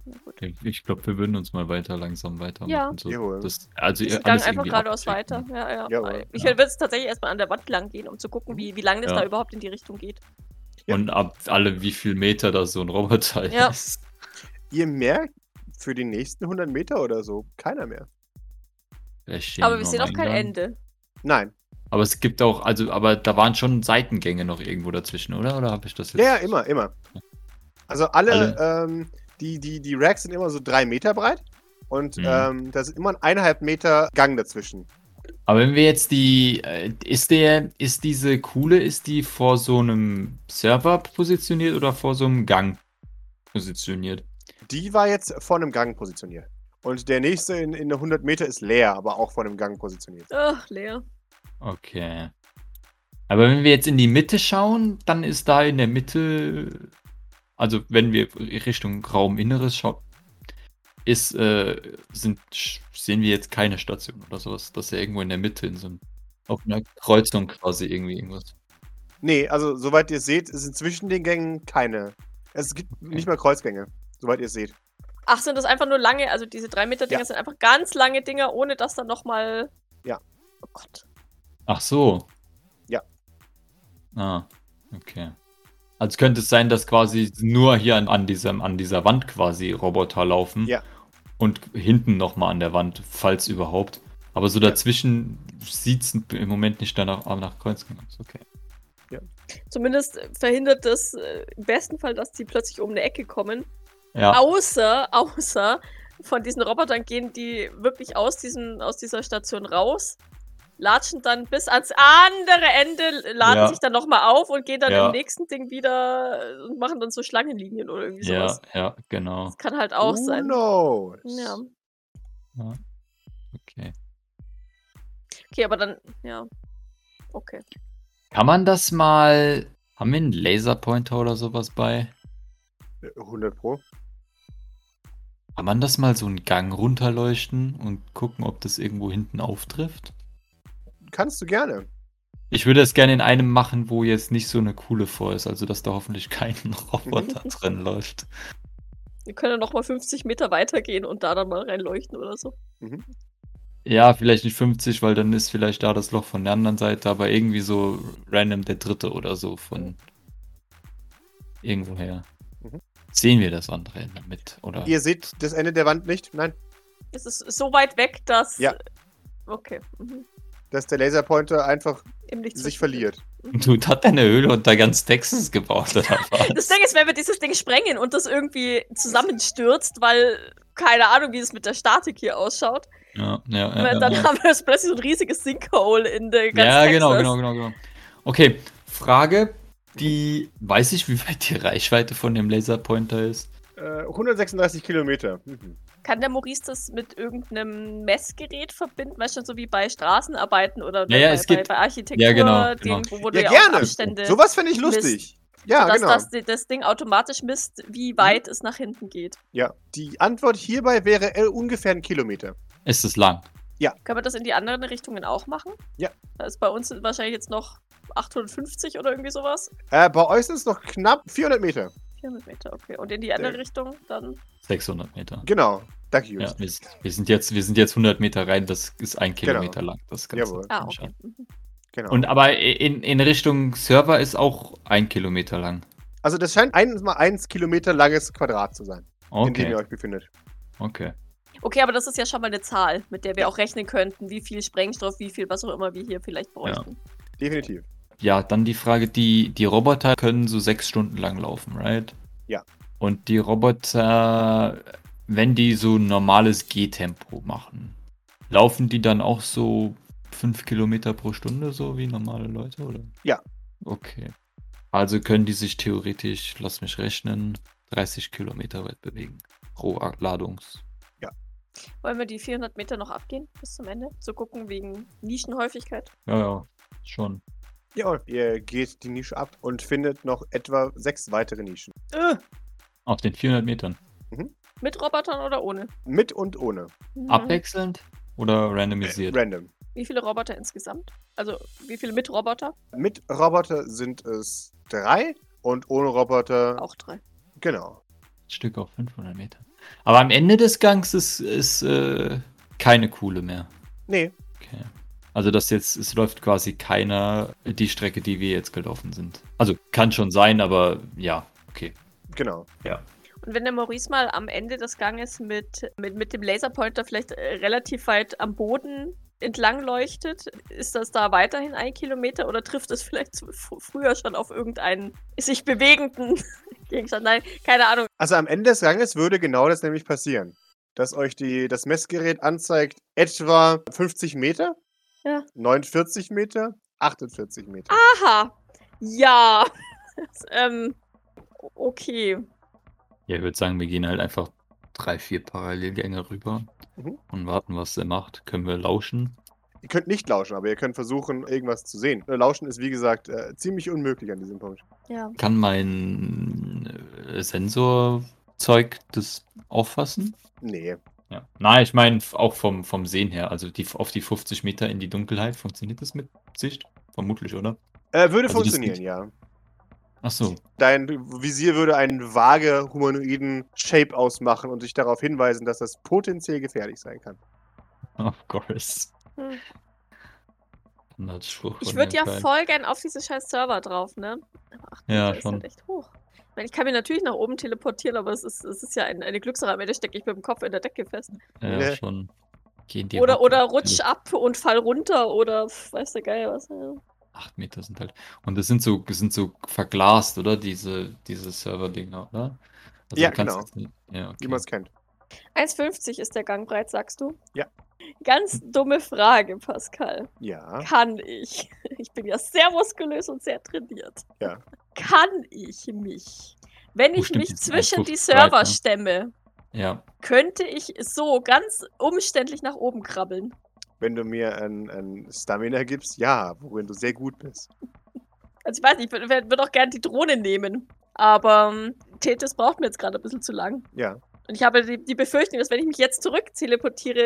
Speaker 4: na gut.
Speaker 2: Ich, ich glaube, wir würden uns mal weiter langsam weitermachen.
Speaker 4: Ja.
Speaker 2: So,
Speaker 3: Jawohl.
Speaker 2: das, also
Speaker 4: Ich
Speaker 2: ihr-
Speaker 4: gang
Speaker 2: alles
Speaker 4: einfach
Speaker 2: irgendwie
Speaker 4: geradeaus weiter.
Speaker 2: abchecken.
Speaker 4: Ja, ja.
Speaker 3: Jawohl.
Speaker 4: ich
Speaker 2: Ja.
Speaker 4: würde es tatsächlich erstmal an der Wand lang gehen, um zu gucken, wie, wie lange das
Speaker 2: Ja.
Speaker 4: da überhaupt in die Richtung geht.
Speaker 3: Ja.
Speaker 2: Und ab alle wie viel Meter da so ein Roboter
Speaker 4: Ja.
Speaker 2: ist.
Speaker 3: Ihr merkt für die nächsten 100 Meter oder so keiner mehr.
Speaker 2: Vielleicht stehen
Speaker 4: Aber
Speaker 2: die
Speaker 4: wir
Speaker 2: nur
Speaker 4: sehen
Speaker 2: am
Speaker 4: auch kein
Speaker 2: Eingang.
Speaker 4: Ende.
Speaker 3: Nein.
Speaker 2: Aber es gibt auch, also, aber da waren schon Seitengänge noch irgendwo dazwischen, oder? Oder habe ich das jetzt?
Speaker 3: Ja, ja, immer, immer. Also alle, Ähm, die, die, die Racks sind immer so drei Meter breit und
Speaker 2: Mhm.
Speaker 3: ähm, da ist immer ein eineinhalb Meter Gang dazwischen.
Speaker 2: Aber wenn wir jetzt die, äh, ist der, ist diese Kuhle, ist die vor so einem Server positioniert oder vor so einem Gang positioniert?
Speaker 3: Die war jetzt vor einem Gang positioniert. Und der nächste in, in 100 Meter ist leer, aber auch vor einem Gang positioniert.
Speaker 4: Ach, leer.
Speaker 2: Okay. Aber wenn wir jetzt in die Mitte schauen, dann ist da in der Mitte, also wenn wir Richtung Rauminneres schauen, ist, äh, sind, sch- sehen wir jetzt keine Station oder sowas. Das ist ja irgendwo in der Mitte, in so einem, auf einer Kreuzung quasi irgendwie irgendwas.
Speaker 3: Nee, also soweit ihr seht, sind zwischen den Gängen keine. Es gibt nicht mal Kreuzgänge, soweit ihr seht.
Speaker 4: Ach, sind das einfach nur lange, also diese 3-Meter-Dinger
Speaker 3: Ja.
Speaker 4: sind einfach ganz lange Dinger, ohne dass dann nochmal.
Speaker 3: Ja.
Speaker 4: Oh Gott.
Speaker 2: Ach so.
Speaker 3: Ja.
Speaker 2: Ah, okay. Also könnte es sein, dass quasi nur hier an, an, diesem, an dieser Wand quasi Roboter laufen.
Speaker 3: Ja.
Speaker 2: Und hinten nochmal an der Wand, falls überhaupt. Aber so dazwischen sieht es im Moment nicht danach aber nach Kreuzgang aus. Okay.
Speaker 4: Zumindest äh, verhindert das äh, im besten Fall, dass die plötzlich um eine Ecke kommen.
Speaker 2: Ja,
Speaker 4: Außer, außer von diesen Robotern gehen die wirklich aus, diesem, aus dieser Station raus, latschen dann bis ans andere Ende, laden
Speaker 2: Ja.
Speaker 4: sich dann nochmal auf und gehen dann
Speaker 2: Ja.
Speaker 4: im nächsten Ding wieder und machen dann so Schlangenlinien oder irgendwie
Speaker 2: ja,
Speaker 4: sowas.
Speaker 2: ja, genau.
Speaker 4: Das kann halt auch
Speaker 3: Who
Speaker 4: sein.
Speaker 3: knows?
Speaker 4: Ja.
Speaker 2: Okay.
Speaker 4: Okay, aber dann, ja. Okay.
Speaker 2: Kann man das mal. Haben wir einen Laserpointer oder sowas bei?
Speaker 3: 100 Pro.
Speaker 2: Kann man das mal so einen Gang runterleuchten und gucken, ob das irgendwo hinten auftrifft?
Speaker 3: Kannst du gerne.
Speaker 2: Ich würde es gerne in einem machen, wo <laughs> jetzt nicht so eine coole vor ist, also dass da hoffentlich kein Roboter drin läuft.
Speaker 4: Wir können ja nochmal 50 Meter weitergehen und da dann mal reinleuchten oder so.
Speaker 2: Ja, vielleicht nicht 50, weil dann ist vielleicht da das Loch von der anderen Seite, aber irgendwie so random der dritte oder so von irgendwoher.
Speaker 3: Mhm.
Speaker 2: Sehen wir das andere Ende mit, oder?
Speaker 3: Ihr seht das Ende der Wand nicht? Nein.
Speaker 4: Es ist so weit weg, dass.
Speaker 3: Ja.
Speaker 4: Okay. Mhm.
Speaker 3: Dass der Laserpointer einfach
Speaker 4: Im Licht
Speaker 3: sich
Speaker 4: verschwindet.
Speaker 3: verliert.
Speaker 2: Dude hat eine Höhle unter ganz Texas gebaut, oder was?
Speaker 4: <laughs> Das Ding ist, wenn wir dieses Ding sprengen und das irgendwie zusammenstürzt, weil keine Ahnung, wie es mit der Statik hier ausschaut,
Speaker 2: ja, ja, ja, ja,
Speaker 4: dann
Speaker 2: ja.
Speaker 4: haben wir jetzt plötzlich so ein riesiges Sinkhole in der ganzen
Speaker 2: ja, genau,
Speaker 4: Texas.
Speaker 2: genau, genau, genau. Okay, Frage, die weiß ich, wie weit die Reichweite von dem Laserpointer ist.
Speaker 3: Äh, 136 Kilometer. Mhm.
Speaker 4: Kann der Maurice das mit irgendeinem Messgerät verbinden? Weißt du, so wie bei Straßenarbeiten oder
Speaker 2: Ja, ja,
Speaker 4: bei,
Speaker 2: es
Speaker 4: bei,
Speaker 2: gibt-
Speaker 4: bei Architektur,
Speaker 2: Ja, genau,
Speaker 4: den, wo du
Speaker 3: Ja,
Speaker 4: ja,
Speaker 3: gerne.
Speaker 4: auch Abstände,
Speaker 3: Sowas finde ich lustig. Ja,
Speaker 4: dass
Speaker 3: genau.
Speaker 4: das, das Ding automatisch misst,
Speaker 2: Mhm.
Speaker 4: wie weit es nach hinten geht.
Speaker 3: Ja. Die Antwort hierbei wäre äh, ungefähr ein Kilometer.
Speaker 2: Ist es lang?
Speaker 4: Können wir das in die anderen Richtungen auch machen?
Speaker 3: Ja.
Speaker 4: Da ist bei uns wahrscheinlich jetzt noch 850 oder irgendwie sowas.
Speaker 3: Äh, bei euch sind es noch knapp 400 Meter.
Speaker 4: 400 Meter, okay. Und in die andere
Speaker 3: Der-
Speaker 4: Richtung dann.
Speaker 2: 600 Meter.
Speaker 3: Genau. Danke, Jules.
Speaker 2: Ja, wir, wir, sind jetzt, wir sind jetzt 100 Meter rein, das ist ein
Speaker 3: Genau.
Speaker 2: Kilometer lang. Das Ganze.
Speaker 3: Jawohl.
Speaker 4: Ah, okay. Mhm.
Speaker 3: Genau.
Speaker 2: Und aber in, in Richtung Server ist auch ein Kilometer lang.
Speaker 3: also das scheint ein mal eins Kilometer langes Quadrat zu sein, in dem ihr
Speaker 2: Okay,
Speaker 3: euch befindet.
Speaker 2: okay.
Speaker 4: Okay, aber das ist ja schon mal eine Zahl, mit der wir auch rechnen könnten, wie viel Sprengstoff, wie viel was auch immer wir hier vielleicht bräuchten.
Speaker 3: Definitiv.
Speaker 2: Ja, dann die Frage, die, die Roboter können so sechs Stunden lang laufen, right?
Speaker 3: Ja.
Speaker 2: Und die Roboter, wenn die so ein normales Gehtempo machen, laufen die dann auch so fünf Kilometer pro Stunde, so wie normale Leute, oder?
Speaker 3: Ja.
Speaker 2: Okay. Also können die sich theoretisch, lass mich rechnen, 30 Kilometer weit bewegen. Pro Ladungs.
Speaker 4: Wollen wir die 400 Meter noch abgehen bis zum Ende? Zu gucken wegen Nischenhäufigkeit.
Speaker 2: Ja, ja, schon.
Speaker 3: Jawohl. Ihr geht die Nische ab und findet noch etwa sechs weitere Nischen.
Speaker 2: Auf den 400 Metern.
Speaker 4: Mit Robotern oder ohne?
Speaker 3: Mit und ohne.
Speaker 4: Mhm.
Speaker 2: Abwechselnd oder randomisiert?
Speaker 3: Random.
Speaker 4: Wie viele Roboter insgesamt? Also wie viele mit Roboter?
Speaker 3: Mit Roboter sind es drei und ohne Roboter,
Speaker 4: Auch drei.
Speaker 3: genau.
Speaker 2: Stück auf 500 Meter. Aber am Ende des Gangs ist, ist äh, keine Kuhle mehr.
Speaker 3: Nee,
Speaker 2: Okay. Also das jetzt, es läuft quasi keiner die Strecke, die wir jetzt gelaufen sind. Also kann schon sein, aber ja, okay.
Speaker 3: genau.
Speaker 4: Und wenn der Maurice mal am Ende des Ganges mit, mit, mit dem Laserpointer vielleicht äh, relativ weit am Boden entlang leuchtet, ist das da weiterhin ein Kilometer oder trifft es vielleicht zu- fr- früher schon auf irgendeinen sich bewegenden <laughs> Gegenstand? Nein, keine Ahnung.
Speaker 3: Also am Ende des Ranges würde genau das nämlich passieren. Dass euch die, das Messgerät anzeigt, etwa 50 Meter,
Speaker 4: Ja. Ah.
Speaker 3: 49 Meter, 48 Meter.
Speaker 4: Aha, ja. <laughs> Das, ähm, okay.
Speaker 2: Ja, ich würde sagen, wir gehen halt einfach drei, vier Parallelgänge rüber
Speaker 3: Mhm.
Speaker 2: und warten, was er macht. Können wir lauschen?
Speaker 3: Ihr könnt nicht lauschen, aber ihr könnt versuchen, irgendwas zu sehen. Äh, Lauschen ist, wie gesagt, äh, ziemlich unmöglich an diesem Punkt.
Speaker 4: Ja.
Speaker 2: Kann mein äh, Sensorzeug das auffassen?
Speaker 3: Nee. Äh,
Speaker 2: Ja. Na, ich meine auch vom, vom Sehen her, also die, auf die 50 Meter in die Dunkelheit, funktioniert das mit Sicht? Vermutlich, oder?
Speaker 3: Äh, würde
Speaker 2: Also das
Speaker 3: funktionieren,
Speaker 2: geht.
Speaker 3: ja.
Speaker 2: Ach so.
Speaker 3: Dein Visier würde einen vage humanoiden Shape ausmachen und dich darauf hinweisen, dass das potenziell gefährlich sein kann.
Speaker 2: <laughs> Of course.
Speaker 4: Hm.
Speaker 2: Standardspruch
Speaker 4: Ich
Speaker 2: von
Speaker 4: würde ja
Speaker 2: mir, geil.
Speaker 4: voll gern auf diese scheiß Server drauf, ne? Ach,
Speaker 2: Ja,
Speaker 4: Meter ist
Speaker 2: schon.
Speaker 4: halt echt hoch. Ich, meine, ich kann mir natürlich nach oben teleportieren, aber es ist, es ist ja ein, eine Glückssache. Am Ende stecke ich mit dem Kopf in der Decke fest.
Speaker 2: Ja,
Speaker 3: Nee.
Speaker 2: schon. Gehen die
Speaker 4: oder
Speaker 2: Rotte-
Speaker 4: oder rutsch ab und fall runter oder pf, weiß der Geil was. Ja.
Speaker 2: Acht Meter sind halt. Und das sind so, sind so verglast, oder? Diese, diese Server-Dinger, oder? Also
Speaker 3: Ja,
Speaker 2: du kannst
Speaker 3: genau.
Speaker 2: jetzt nicht- Ja,
Speaker 3: Wie
Speaker 2: okay.
Speaker 3: man es kennt.
Speaker 4: 1,50 ist der Gangbreit, sagst du?
Speaker 3: Ja.
Speaker 4: Ganz dumme Frage, Pascal.
Speaker 3: Ja.
Speaker 4: Kann ich? <laughs> Ich bin ja sehr muskulös und sehr trainiert.
Speaker 3: Ja.
Speaker 4: Kann ich mich, wenn
Speaker 2: Oh,
Speaker 4: ich
Speaker 2: stimmt,
Speaker 4: mich
Speaker 2: die sind
Speaker 4: zwischen die
Speaker 2: 1,50
Speaker 4: Server
Speaker 2: breit, ne?
Speaker 4: stemme,
Speaker 2: Ja,
Speaker 4: könnte ich so ganz umständlich nach oben krabbeln.
Speaker 3: Wenn du mir ein, ein Stamina gibst, ja, worin du sehr gut bist.
Speaker 4: Also ich weiß nicht, ich würde auch gerne die Drohne nehmen. Aber ähm, Tethys braucht mir jetzt gerade ein bisschen zu lang.
Speaker 3: Ja.
Speaker 4: Und ich habe die, die Befürchtung, dass wenn ich mich jetzt zurück teleportiere,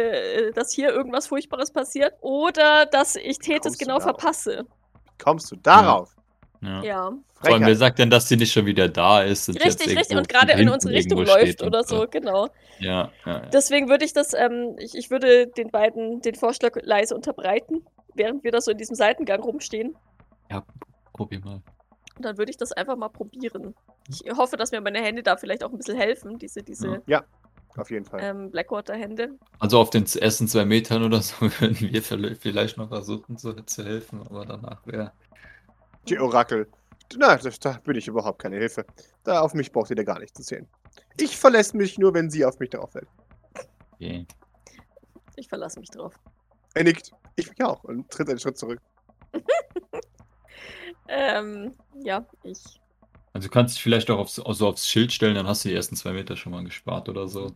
Speaker 4: äh, dass hier irgendwas Furchtbares passiert. Oder dass ich Tethys
Speaker 3: Kommst du da
Speaker 4: genau
Speaker 3: auf?
Speaker 4: verpasse.
Speaker 3: Wie kommst du darauf?
Speaker 2: Ja.
Speaker 4: Ja.
Speaker 2: Mhm. Vor allem, wer
Speaker 3: Frechheit.
Speaker 2: sagt denn, dass sie nicht schon wieder da ist? Und jetzt
Speaker 4: Richtig, richtig.
Speaker 2: irgendwo
Speaker 4: Und gerade in
Speaker 2: hinten
Speaker 4: unsere
Speaker 2: irgendwo
Speaker 4: Richtung läuft
Speaker 2: steht und
Speaker 4: oder so, genau.
Speaker 2: Ja, ja, ja.
Speaker 4: Deswegen würde ich das, ähm, ich, ich würde den beiden den Vorschlag leise unterbreiten, während wir da so in diesem Seitengang rumstehen.
Speaker 2: ja. Probier mal.
Speaker 4: Und dann würde ich das einfach mal probieren. Ich hoffe, dass mir meine Hände da vielleicht auch ein bisschen helfen, diese, diese
Speaker 3: Auf jeden Fall.
Speaker 4: ähm, Blackwater-Hände.
Speaker 2: Also auf den ersten zwei Metern oder so <laughs> würden wir verle- vielleicht noch versuchen zu, zu helfen, aber danach wäre.
Speaker 3: Die Orakel. Na, das, da bin ich überhaupt keine Hilfe. Da auf mich braucht ihr da gar nicht zu zählen. Ich verlässt mich nur, wenn sie auf mich drauf fällt.
Speaker 2: Okay.
Speaker 4: Ich verlasse mich drauf.
Speaker 3: Er nickt. Ich mich auch und tritt einen Schritt zurück.
Speaker 4: Ähm, ja, ich.
Speaker 2: Also du kannst dich vielleicht auch aufs, also aufs Schild stellen, dann hast du die ersten zwei Meter schon mal gespart oder so.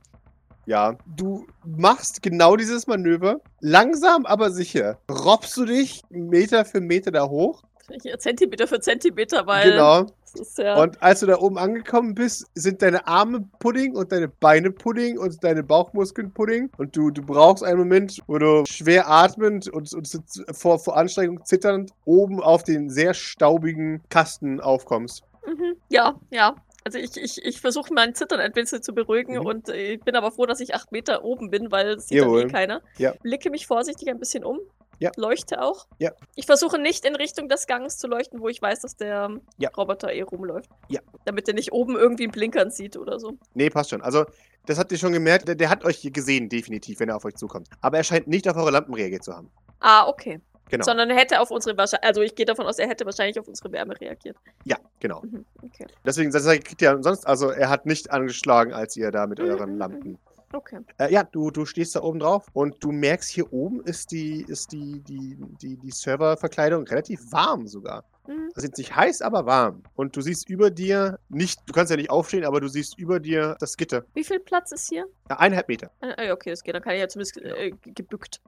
Speaker 3: Ja, du machst genau dieses Manöver. Langsam, aber sicher. Robbst du dich Meter für Meter da hoch.
Speaker 4: Hier, Zentimeter für Zentimeter, weil.
Speaker 3: genau.
Speaker 4: Das ist ja.
Speaker 3: Und als du da oben angekommen bist, sind deine Arme Pudding und deine Beine Pudding und deine Bauchmuskeln Pudding. Und du, du brauchst einen Moment, wo du schwer atmend und, und sitz- vor, vor Anstrengung zitternd oben auf den sehr staubigen Kasten aufkommst.
Speaker 4: Mhm. Ja, ja. Also ich, ich, ich versuche mein Zittern ein bisschen zu beruhigen
Speaker 3: Mhm.
Speaker 4: und äh, ich bin aber froh, dass ich acht Meter oben bin, weil es sieht dann eh
Speaker 3: Jawohl.
Speaker 4: keiner.
Speaker 3: Ja.
Speaker 4: Blicke mich vorsichtig ein bisschen um.
Speaker 3: Ja.
Speaker 4: Leuchte auch.
Speaker 3: Ja.
Speaker 4: Ich versuche nicht in Richtung des Gangs zu leuchten, wo ich weiß, dass der
Speaker 3: Ja.
Speaker 4: Roboter eh rumläuft.
Speaker 3: Ja.
Speaker 4: Damit er nicht oben irgendwie einen Blinkern sieht oder so.
Speaker 3: Nee, passt schon. Also, das habt ihr schon gemerkt. Der, der hat euch gesehen, definitiv, wenn er auf euch zukommt. Aber er scheint nicht auf eure Lampen reagiert zu haben.
Speaker 4: Ah, okay.
Speaker 3: Genau.
Speaker 4: Sondern er hätte auf unsere Wasche, also ich gehe davon aus, er hätte wahrscheinlich auf unsere Wärme reagiert.
Speaker 3: ja, genau.
Speaker 4: Mhm. Okay.
Speaker 3: Deswegen das kriegt ihr sonst, also er hat nicht angeschlagen, als ihr da mit
Speaker 4: Mhm,
Speaker 3: euren
Speaker 4: mhm,
Speaker 3: Lampen
Speaker 4: Okay.
Speaker 3: Äh, ja, du, du stehst da oben drauf und du merkst, hier oben ist die, ist die, die, die, die Serververkleidung relativ warm sogar.
Speaker 4: Mhm.
Speaker 3: Also jetzt nicht heiß, aber warm. Und du siehst über dir nicht, du kannst ja nicht aufstehen, aber du siehst über dir das Gitter.
Speaker 4: Wie viel Platz ist hier?
Speaker 3: Ja, eineinhalb Meter.
Speaker 4: Ah, ja, okay, das geht. Dann kann ich ja zumindest äh, gebückt.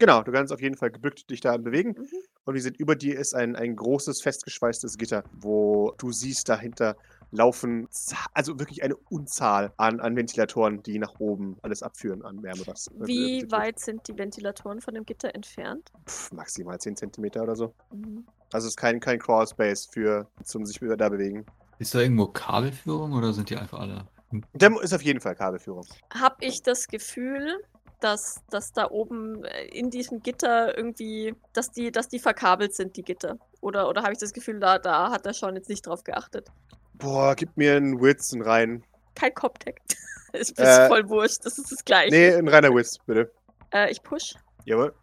Speaker 3: Genau, du kannst auf jeden Fall gebückt dich da bewegen.
Speaker 4: Mhm.
Speaker 3: Und wir sind über dir ist ein, ein großes, festgeschweißtes Gitter, wo du siehst, dahinter laufen, za- also wirklich eine Unzahl an, an Ventilatoren, die nach oben alles abführen an Wärme. Was äh,
Speaker 4: Wie weit sind die Ventilatoren von dem Gitter entfernt?
Speaker 3: Pff, maximal 10 Zentimeter oder so.
Speaker 4: Mhm.
Speaker 3: Also es ist kein, kein Crawlspace für zum sich über- da bewegen.
Speaker 2: Ist da irgendwo Kabelführung oder sind die einfach alle?
Speaker 3: Der mu- ist auf jeden Fall Kabelführung.
Speaker 4: Hab ich das Gefühl, dass, dass da oben äh, in diesem Gitter irgendwie, dass die, dass die verkabelt sind, die Gitter? Oder, oder habe ich das Gefühl, da, da hat er schon jetzt nicht drauf geachtet?
Speaker 3: Boah, gib mir einen Witz, einen reinen.
Speaker 4: Kein Coptech. <laughs> ist bis
Speaker 3: Äh,
Speaker 4: voll wurscht, das ist das Gleiche.
Speaker 3: Nee, ein reiner Witz, bitte.
Speaker 4: Äh, ich push.
Speaker 3: Jawohl.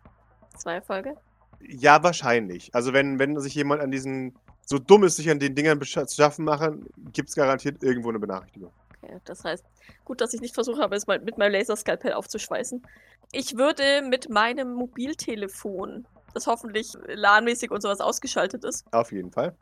Speaker 4: Zwei Erfolge.
Speaker 3: Ja, wahrscheinlich. Also wenn, wenn sich jemand an diesen, so dumm ist, sich an den Dingern bescha- zu schaffen machen, gibt es garantiert irgendwo eine Benachrichtigung.
Speaker 4: Okay, das heißt, gut, dass ich nicht versucht habe, es mal mit meinem Laserskalpell aufzuschweißen. Ich würde mit meinem Mobiltelefon, das hoffentlich LAN-mäßig und sowas ausgeschaltet ist, <laughs>
Speaker 3: Auf jeden Fall.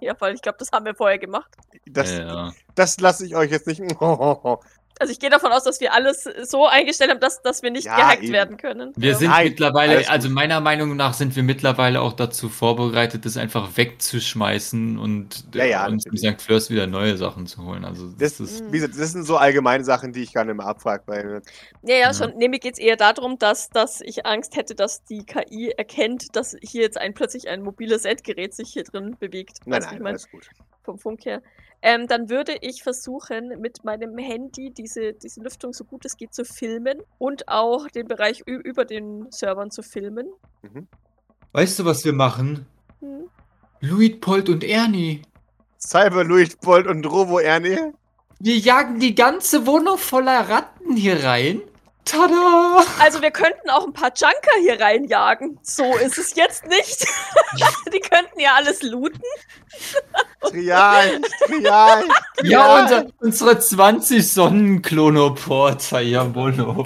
Speaker 4: Ja, weil ich glaube, das haben wir vorher gemacht.
Speaker 3: Das,
Speaker 2: ja.
Speaker 3: das lasse ich euch jetzt nicht. <laughs>
Speaker 4: Also ich gehe davon aus, dass wir alles so eingestellt haben, dass, dass wir nicht
Speaker 3: Ja,
Speaker 4: gehackt
Speaker 3: eben.
Speaker 4: werden können.
Speaker 2: Wir
Speaker 4: Ja.
Speaker 2: sind
Speaker 3: äh, Nein, alles
Speaker 2: mittlerweile,
Speaker 3: gut.
Speaker 2: also meiner Meinung nach sind wir mittlerweile auch dazu vorbereitet, das einfach wegzuschmeißen und
Speaker 3: Ja, ja,
Speaker 2: uns in
Speaker 3: natürlich.
Speaker 2: St. Flörs wieder neue Sachen zu holen. Also
Speaker 3: Das,
Speaker 2: das, ist
Speaker 3: wie gesagt, das sind so allgemeine Sachen, die ich gar nicht mehr abfrage, weil
Speaker 4: Ja, ja,
Speaker 2: Ja.
Speaker 4: schon. Nee, mir geht es eher darum, dass, dass ich Angst hätte, dass die KI erkennt, dass hier jetzt ein plötzlich ein mobiles Endgerät sich hier drin bewegt.
Speaker 3: nein,
Speaker 4: Weißt du, ich
Speaker 3: nein,
Speaker 4: mein,
Speaker 3: alles gut.
Speaker 4: vom Funk her. Ähm, dann würde ich versuchen, mit meinem Handy diese, diese Lüftung so gut es geht zu filmen und auch den Bereich ü- über den Servern zu filmen.
Speaker 2: Weißt du, was wir machen?
Speaker 4: Hm.
Speaker 2: Luit, Polt und Ernie.
Speaker 3: Cyber Luitpold und Robo Ernie.
Speaker 2: Wir jagen die ganze Wohnung voller Ratten hier rein. Tada!
Speaker 4: Also wir könnten auch ein paar Junker hier reinjagen. So ist es jetzt nicht. <laughs> Die könnten ja alles looten.
Speaker 2: <laughs>
Speaker 3: Trial, Trial.
Speaker 2: Ja, unser, unsere 20 Sonnenklonoporter, jawollo.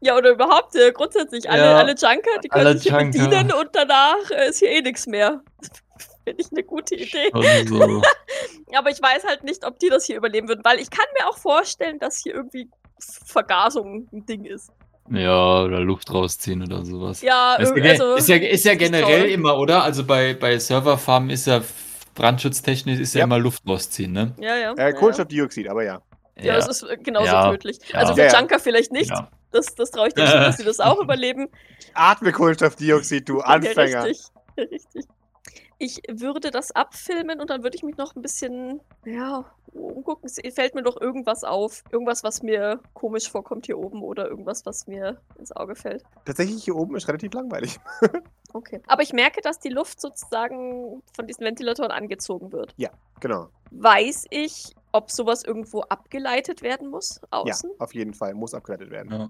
Speaker 4: Ja, oder überhaupt äh, grundsätzlich alle,
Speaker 2: Ja,
Speaker 4: alle Junker, die können
Speaker 2: alle
Speaker 4: sich hier
Speaker 2: Junker.
Speaker 4: bedienen und danach äh, ist hier eh nichts mehr. <laughs> Finde ich eine gute Idee.
Speaker 2: Also,
Speaker 4: Aber ich weiß halt nicht, ob die das hier überleben würden, weil ich kann mir auch vorstellen, dass hier irgendwie Vergasung ein Ding ist.
Speaker 2: ja, oder Luft rausziehen oder sowas.
Speaker 4: Ja,
Speaker 2: Ist ja,
Speaker 4: irgendwie. Also,
Speaker 2: ist ja, ist ja
Speaker 4: das ist
Speaker 2: generell
Speaker 4: toll.
Speaker 2: immer, oder? Also bei, bei Serverfarmen ist ja f- brandschutztechnisch ist ja,
Speaker 3: Ja.
Speaker 2: immer Luft rausziehen, ne?
Speaker 4: ja, ja.
Speaker 3: Äh,
Speaker 4: ja,
Speaker 3: Kohlenstoffdioxid, aber ja.
Speaker 4: Ja, ja, das ist äh, genauso
Speaker 2: Ja,
Speaker 4: tödlich.
Speaker 2: ja. Genau.
Speaker 4: Also für
Speaker 3: Ja, ja.
Speaker 4: Junker vielleicht nicht.
Speaker 2: Ja.
Speaker 4: Das, das traue ich denen schon, dass
Speaker 2: <laughs>
Speaker 4: sie das auch überleben. <laughs>
Speaker 3: Atme Kohlenstoffdioxid, du Anfänger.
Speaker 4: Ja, richtig, richtig. Ich würde das abfilmen und dann würde ich mich noch ein bisschen, ja, umgucken. Es fällt mir doch irgendwas auf. Irgendwas, was mir komisch vorkommt hier oben oder irgendwas, was mir ins Auge fällt.
Speaker 3: Tatsächlich hier oben ist relativ langweilig. <laughs>
Speaker 4: Okay. Aber ich merke, dass die Luft sozusagen von diesen Ventilatoren angezogen wird.
Speaker 3: Genau.
Speaker 4: Weiß ich, ob sowas irgendwo abgeleitet werden muss außen?
Speaker 3: Ja, auf jeden Fall. Muss abgeleitet werden.
Speaker 2: Ja.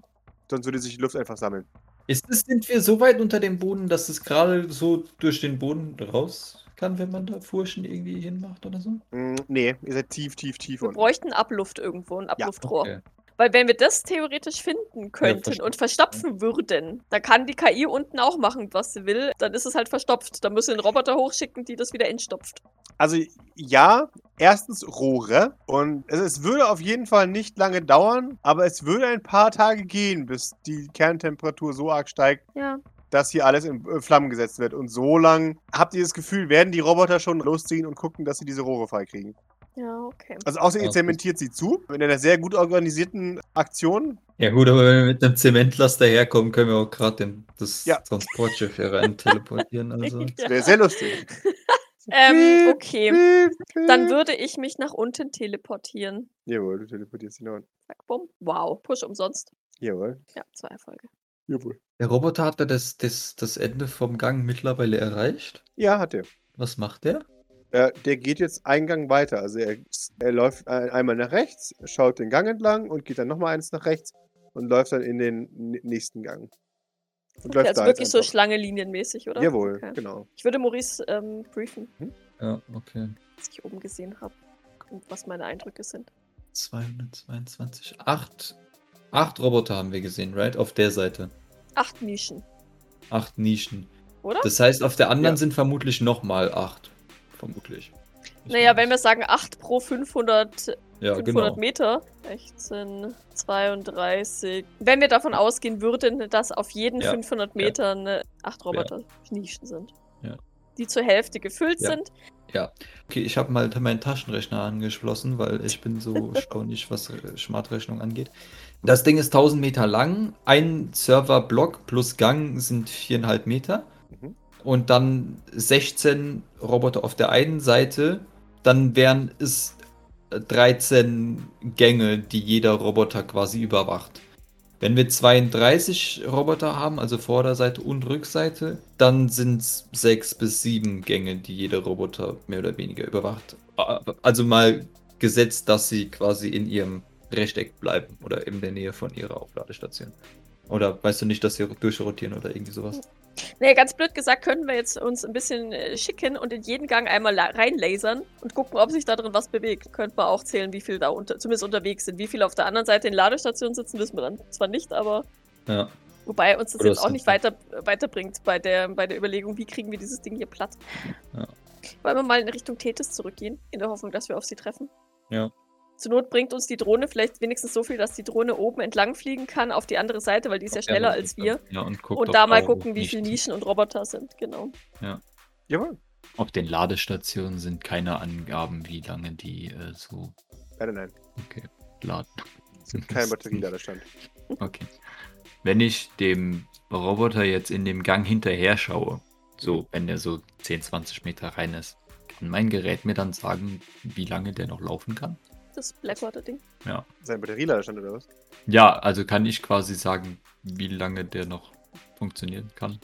Speaker 3: Sonst würde sich die Luft einfach sammeln.
Speaker 5: Ist es, sind wir so weit unter dem Boden, dass es gerade so durch den Boden raus kann, wenn man da Furchen irgendwie hinmacht oder so?
Speaker 3: Mm, nee, ihr seid tief, tief, tief
Speaker 4: Wir
Speaker 3: unten.
Speaker 4: bräuchten Abluft irgendwo, ein
Speaker 3: Ja,
Speaker 4: Abluftrohr.
Speaker 2: okay.
Speaker 4: Weil wenn wir das theoretisch finden könnten
Speaker 5: verstopft.
Speaker 4: und verstopfen würden, dann kann die KI unten auch machen, was sie will. Dann ist es halt verstopft. Dann müssen wir einen Roboter hochschicken, die das wieder entstopft.
Speaker 3: Also ja, erstens Rohre. Und es, es würde auf jeden Fall nicht lange dauern, aber es würde ein paar Tage gehen, bis die Kerntemperatur so arg steigt,
Speaker 4: Ja.
Speaker 3: dass hier alles in äh, Flammen gesetzt wird. Und so lang habt ihr das Gefühl, werden die Roboter schon losziehen und gucken, dass sie diese Rohre freikriegen.
Speaker 4: Ja, okay.
Speaker 3: Also außer ihr
Speaker 5: Ja,
Speaker 3: zementiert sie zu. In einer sehr gut organisierten
Speaker 4: <laughs>
Speaker 3: Aktion.
Speaker 5: Ja gut, aber wenn wir mit einem Zementlaster herkommen, können wir auch gerade das
Speaker 3: Ja.
Speaker 5: Transportschiff hier rein teleportieren.
Speaker 4: <laughs>
Speaker 5: Also.
Speaker 3: Das wäre sehr lustig.
Speaker 4: Ähm, okay.
Speaker 3: Piep, piep.
Speaker 4: Dann würde ich mich nach unten teleportieren.
Speaker 3: Jawohl, du teleportierst ihn an.
Speaker 4: Zack, bumm. Wow, Push umsonst.
Speaker 3: Jawohl.
Speaker 4: Ja, zwei Erfolge.
Speaker 3: Jawohl.
Speaker 5: Der Roboter hat ja das, das, das Ende vom Gang mittlerweile erreicht.
Speaker 3: Ja, hat er.
Speaker 5: Was macht der?
Speaker 3: Äh, der geht jetzt einen Gang weiter. Also er, er läuft ein- einmal nach rechts, schaut den Gang entlang und geht dann nochmal eins nach rechts und läuft dann in den n- nächsten Gang. Und
Speaker 4: Okay, also
Speaker 3: jetzt
Speaker 4: wirklich so
Speaker 3: einfach.
Speaker 4: Schlange linienmäßig, oder?
Speaker 3: Jawohl,
Speaker 4: Okay.
Speaker 3: genau.
Speaker 4: Ich würde Maurice ähm, briefen,
Speaker 2: Ja, okay.
Speaker 4: was ich oben gesehen habe und was meine Eindrücke sind.
Speaker 5: 222. Acht, acht Roboter haben wir gesehen, right? Auf der Seite.
Speaker 4: Acht Nischen,
Speaker 5: Acht Nischen.
Speaker 4: oder?
Speaker 5: Das heißt, auf der anderen
Speaker 3: Ja.
Speaker 5: sind vermutlich nochmal acht. Vermutlich. Ich
Speaker 4: naja,
Speaker 5: weiß.
Speaker 4: wenn wir sagen 8 pro 500,
Speaker 5: ja,
Speaker 4: 500
Speaker 5: genau.
Speaker 4: Meter, 16, 32. Wenn wir davon ausgehen würden, dass auf jeden
Speaker 5: Ja,
Speaker 4: 500 Metern 8 Roboter Nischen sind.
Speaker 5: Ja.
Speaker 4: Die zur Hälfte gefüllt
Speaker 5: Ja.
Speaker 4: sind.
Speaker 5: Okay, ich habe mal meinen Taschenrechner angeschlossen, weil ich bin so staunlich, was äh, Smartrechnung angeht. Das Ding ist 1000 Meter lang. Ein Serverblock plus Gang sind 4,5 Meter.
Speaker 3: Mhm.
Speaker 5: Und dann 16 Roboter auf der einen Seite. Dann wären es 13 Gänge, die jeder Roboter quasi überwacht. Wenn wir 32 Roboter haben, also Vorderseite und Rückseite, dann sind es sechs bis sieben Gänge, die jeder Roboter mehr oder weniger überwacht. Also mal gesetzt, dass sie quasi in ihrem Rechteck bleiben oder in der Nähe von ihrer Aufladestation. Oder weißt du nicht, dass sie durchrotieren oder irgendwie sowas?
Speaker 4: Naja, ganz blöd gesagt, könnten wir jetzt uns ein bisschen äh, schicken und in jeden Gang einmal la- reinlasern und gucken, ob sich da drin was bewegt. Könnte man auch zählen, wie viele da unter, zumindest unterwegs sind. Wie viele auf der anderen Seite in Ladestationen sitzen, wissen wir dann zwar nicht, aber
Speaker 5: Ja.
Speaker 4: Wobei uns das
Speaker 5: Oder
Speaker 4: jetzt
Speaker 5: das
Speaker 4: auch nicht
Speaker 5: Ganze.
Speaker 4: weiter, äh, weiterbringt bei der, bei der Überlegung, wie kriegen wir dieses Ding hier platt.
Speaker 5: Ja.
Speaker 4: Wollen wir mal in Richtung Tethys zurückgehen, in der Hoffnung, dass wir auf sie treffen?
Speaker 5: Ja.
Speaker 4: Zur Not bringt uns die Drohne vielleicht wenigstens so viel, dass die Drohne oben entlang fliegen kann auf die andere Seite, weil die ist ja schneller als wir.
Speaker 2: Ja, und guckt,
Speaker 4: Und
Speaker 2: ob
Speaker 4: da mal
Speaker 2: auch
Speaker 4: gucken, wie viele
Speaker 2: nicht-
Speaker 4: Nischen und Roboter sind, genau.
Speaker 3: Jawohl.
Speaker 2: Auf den Ladestationen sind keine Angaben, wie lange die äh, so
Speaker 3: Nein, nein, nein.
Speaker 2: okay, laden. Sind
Speaker 4: <laughs>
Speaker 3: Kein Batterieladestand.
Speaker 2: Okay. Wenn ich dem Roboter jetzt in dem Gang hinterher schaue, so wenn der so 10, 20 Meter rein ist, kann mein Gerät mir dann sagen, wie lange der noch laufen kann?
Speaker 4: Das Blackwater-Ding.
Speaker 3: Sein Batterieladestand oder was?
Speaker 2: Ja, also kann ich quasi sagen, wie lange der noch funktionieren kann?